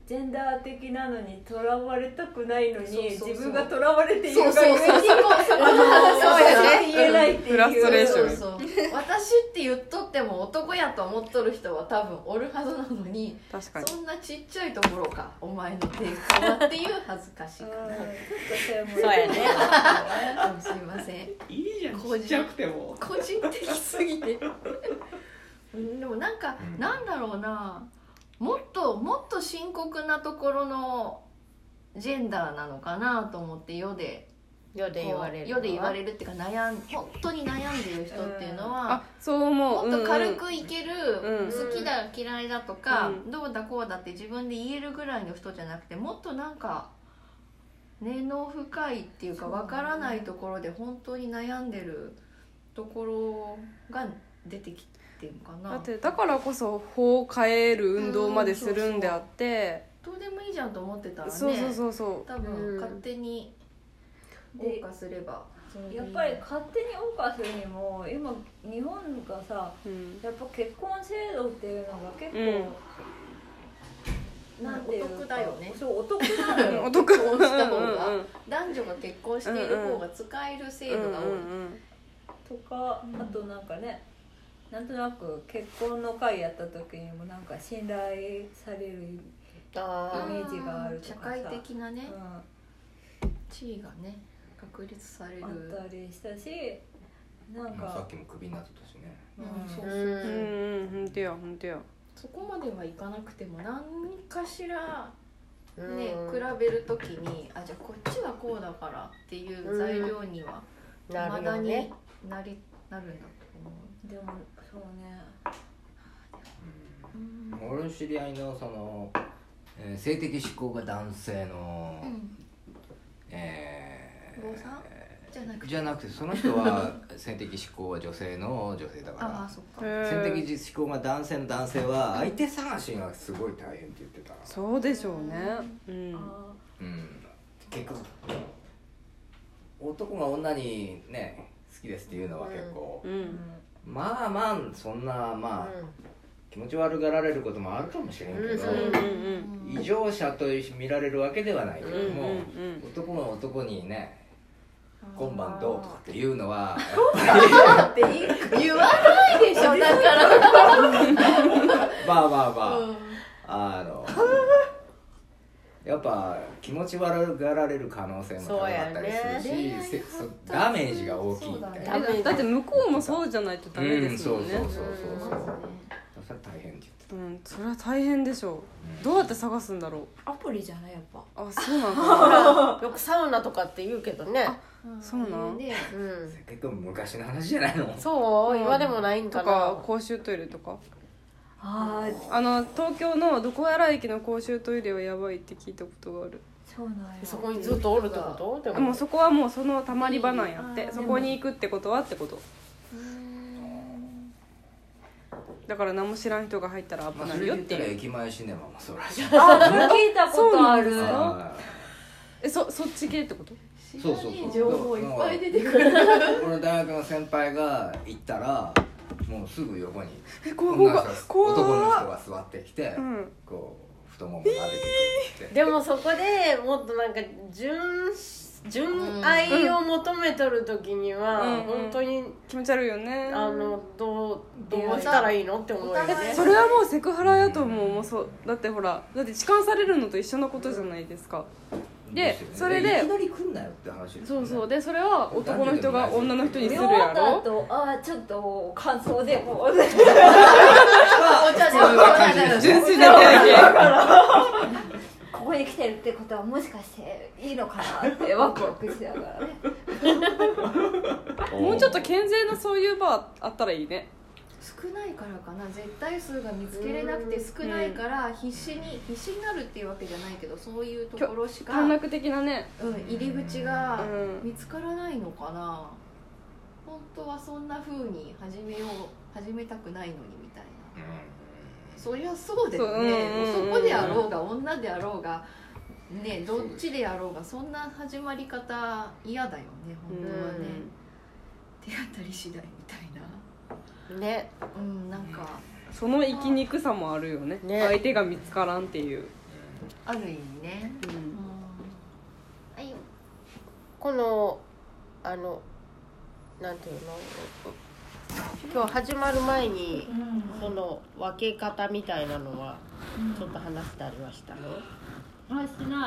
Speaker 1: ジェンダー的なのにとらわれたくないのに
Speaker 5: そうそうそう
Speaker 1: 自分がとらわれているがゆ
Speaker 5: そう
Speaker 1: えに
Speaker 5: そうそうそこ
Speaker 1: そう
Speaker 5: そう
Speaker 1: やね言えないっていう
Speaker 4: フラストレーション
Speaker 5: そうそう私って言っとっても男やと思っとる人は多分おるはずなのに
Speaker 4: 確かに
Speaker 5: そんなちっちゃいところかお前の抵抗はっていう恥ずかし
Speaker 1: う
Speaker 5: い
Speaker 1: ん
Speaker 5: か
Speaker 1: ちょっと
Speaker 5: な
Speaker 1: それも
Speaker 3: そうやね
Speaker 5: あすいません
Speaker 2: いいじゃ
Speaker 5: んちっちゃく
Speaker 2: ても
Speaker 5: 個人的すぎてうんでもなんか、
Speaker 2: うん
Speaker 5: なんだろうなもっともっと深刻なところのジェンダーなのかなと思って世で
Speaker 3: 世で言わ
Speaker 5: こ
Speaker 3: れ
Speaker 5: う
Speaker 3: る
Speaker 5: 世で言われるっていうか悩ん本当に悩んでる人っていうのは
Speaker 4: あ、そう思
Speaker 5: も
Speaker 4: う
Speaker 5: っと軽
Speaker 4: うんうん
Speaker 5: くいける、
Speaker 4: うん
Speaker 5: 好きだ嫌いだとか、
Speaker 4: うん
Speaker 5: どうだこうだって自分で言えるぐらいの人じゃなくてもっとなんか根の深いっていうかわからないところで本当に悩んでるところが出てきてるか
Speaker 4: だ
Speaker 5: な
Speaker 4: ってだからこそ法を変える運動までするんであって
Speaker 5: どうでもいいじゃんと思ってたらね
Speaker 4: そうそうそうそ
Speaker 5: 多
Speaker 3: うん
Speaker 5: 分勝手に
Speaker 1: で
Speaker 5: 謳歌すれば
Speaker 1: やっぱり勝手に謳歌するにも今日本がさ
Speaker 4: ううん
Speaker 1: やっぱ結婚制度っていうのが結構、なんていうか
Speaker 5: お得だよね
Speaker 1: そうお得なのよ
Speaker 4: お得
Speaker 5: こうした方
Speaker 4: う
Speaker 5: が
Speaker 4: んうんうん
Speaker 5: 男女が結婚している方が使える制度が多い、
Speaker 1: とかあとなんかねなんとなく結婚の会やった時にもなんか信頼される、
Speaker 3: あ
Speaker 1: イメージがあると
Speaker 5: 社
Speaker 1: かさ
Speaker 5: 会的な
Speaker 1: う
Speaker 5: ね
Speaker 1: ん、あ
Speaker 5: 地位がね確立される
Speaker 1: ったりしたしなん
Speaker 2: さ
Speaker 1: か
Speaker 2: っ、きもクビになってたしね
Speaker 1: うん
Speaker 5: うんそう
Speaker 3: ー
Speaker 4: う
Speaker 5: そう
Speaker 4: んんうんほんとやほんとや
Speaker 5: そこまではいかなくても何かしら
Speaker 3: うん
Speaker 5: ね、比べるときにあじゃあこっちはこうだからっていう材料には
Speaker 3: なる
Speaker 5: ま
Speaker 3: よ
Speaker 5: だに
Speaker 3: ね
Speaker 5: なりなるんだと思う
Speaker 1: でもそうね
Speaker 5: うん
Speaker 2: 俺の知り合いのその、えー性的指向が男性の、
Speaker 5: うん
Speaker 2: えー
Speaker 5: 坊さんじゃなくて
Speaker 2: じゃなくてその人は 性的指向は女性の女性だ
Speaker 5: ああ
Speaker 2: か
Speaker 5: そっか、
Speaker 2: ら性的
Speaker 4: へえ
Speaker 2: 指向が男性の男性は相手探しがすごい大変って言ってた
Speaker 4: そうでしょうねうん
Speaker 5: あ
Speaker 2: うん結構男が女にね好きですっていうのは結構、
Speaker 4: うん
Speaker 2: まあまあそんなまあ、気持ち悪がられることもあるかもしれんけど、
Speaker 4: うんうん
Speaker 5: ーうん
Speaker 2: 異常者と見られるわけではないけ
Speaker 4: うん
Speaker 2: れども、
Speaker 4: うん
Speaker 2: 男が男にね
Speaker 5: あー
Speaker 2: 今晩どうとかっていうのは
Speaker 5: だって言 言わないでしょだから
Speaker 2: まあまあまあ、あのやっぱ気持ち悪がられる可能性も高かったりす
Speaker 5: そうや
Speaker 2: る
Speaker 5: ね
Speaker 2: し、せそダメージが大きいみたい
Speaker 5: そう
Speaker 2: な
Speaker 5: だ
Speaker 4: え
Speaker 5: ね
Speaker 4: だだって向こうもそうじゃないとダメ
Speaker 2: う
Speaker 4: で
Speaker 2: ん
Speaker 4: す
Speaker 2: そ
Speaker 4: も
Speaker 2: うんそうそう
Speaker 4: ね
Speaker 2: そうそうそれ大変って
Speaker 4: うんそれは大変でしょ
Speaker 2: 言って
Speaker 4: う
Speaker 2: た、
Speaker 4: どうやって探すんだろ
Speaker 5: アプリじゃないやっぱ
Speaker 4: うあそうなんか
Speaker 3: よくサウナとかって言うけどね
Speaker 4: そうなん
Speaker 5: で
Speaker 3: うん
Speaker 2: 結構昔の話じゃないの
Speaker 3: そう今でもないん
Speaker 4: なと
Speaker 3: か
Speaker 4: か
Speaker 3: な
Speaker 4: 公衆トイレとか
Speaker 1: ああ
Speaker 4: あの東京のどこやら駅の公衆トイレはやばいって聞いたことがある
Speaker 1: そうなんや
Speaker 3: そこにずっとおるってことで
Speaker 4: でも
Speaker 3: も
Speaker 4: そこはもうそのたまり場なんやっ
Speaker 5: いい
Speaker 4: て
Speaker 5: あー
Speaker 4: そこに行くってことはってことだから何も知らん人が入ったら
Speaker 2: ま
Speaker 4: 危
Speaker 2: あ、
Speaker 4: な
Speaker 2: そ
Speaker 4: い
Speaker 2: れ
Speaker 4: よっ
Speaker 2: で
Speaker 4: て
Speaker 2: 言ったら
Speaker 4: いう
Speaker 2: 駅前シネマもそうらしい
Speaker 1: 聞いたことある
Speaker 4: そうなん
Speaker 2: あ
Speaker 4: えそそっち系ってこと
Speaker 2: ーそうそうそう
Speaker 5: 情報いっぱい出てくる
Speaker 2: この大学の先輩が行ったらもうすぐ横に
Speaker 4: え
Speaker 2: 女
Speaker 4: 怖い
Speaker 2: の人
Speaker 4: 怖い
Speaker 2: 男の人が座ってきて、
Speaker 4: うん
Speaker 2: こう太ももが出てくるって、
Speaker 3: でもそこでもっとなんか純純愛を求めとる時には
Speaker 4: うん
Speaker 3: 本当に
Speaker 4: 気持ち悪いよね
Speaker 3: あのどうどうしたらいいのって思うよね
Speaker 5: お互い
Speaker 4: それはもうセクハラやと思うもうそうだってほらだって痴漢されるのと一緒のことじゃないですか、で
Speaker 2: ですよね
Speaker 4: それで
Speaker 2: いきなり来んなよって話です
Speaker 4: そうそう
Speaker 2: で
Speaker 4: でそれは男の人が女の人にす
Speaker 1: 見
Speaker 4: る
Speaker 1: 終
Speaker 4: や
Speaker 1: わった後
Speaker 4: ろ
Speaker 1: ああちょっと感想でもう
Speaker 5: お茶情報が出る
Speaker 4: 純粋な手だ
Speaker 1: ここに来てるってことはもしかしていいのかなってワクワクしながらね
Speaker 4: けもうちょっと健全なそういうバーあったらいいね
Speaker 5: 少ないからかな絶対数が見つけれなくて少ないから必死に必死になるっていうわけじゃないけどそういうところしか、
Speaker 4: 短
Speaker 5: うん、
Speaker 4: 絡的なね
Speaker 5: 入り口が
Speaker 4: うん
Speaker 5: 見つからないのかな本当はそんな風に始めよう始めたくないのにみたいなそりゃそうだよね
Speaker 4: そううんうんうん
Speaker 5: 男であろうが女であろうがねどっちであろうがそんな始まり方嫌だよね本当はね、手当たり次第みたいな
Speaker 3: ね
Speaker 5: うんなんか
Speaker 4: その生きにくさもあるよね
Speaker 3: ね
Speaker 4: 相手が見つからんっていう、
Speaker 5: ある意味ねうんはい
Speaker 3: このあのなんていうの今日始まる前に、その分け方みたいなのはちょっと話してありましたね、
Speaker 1: あしない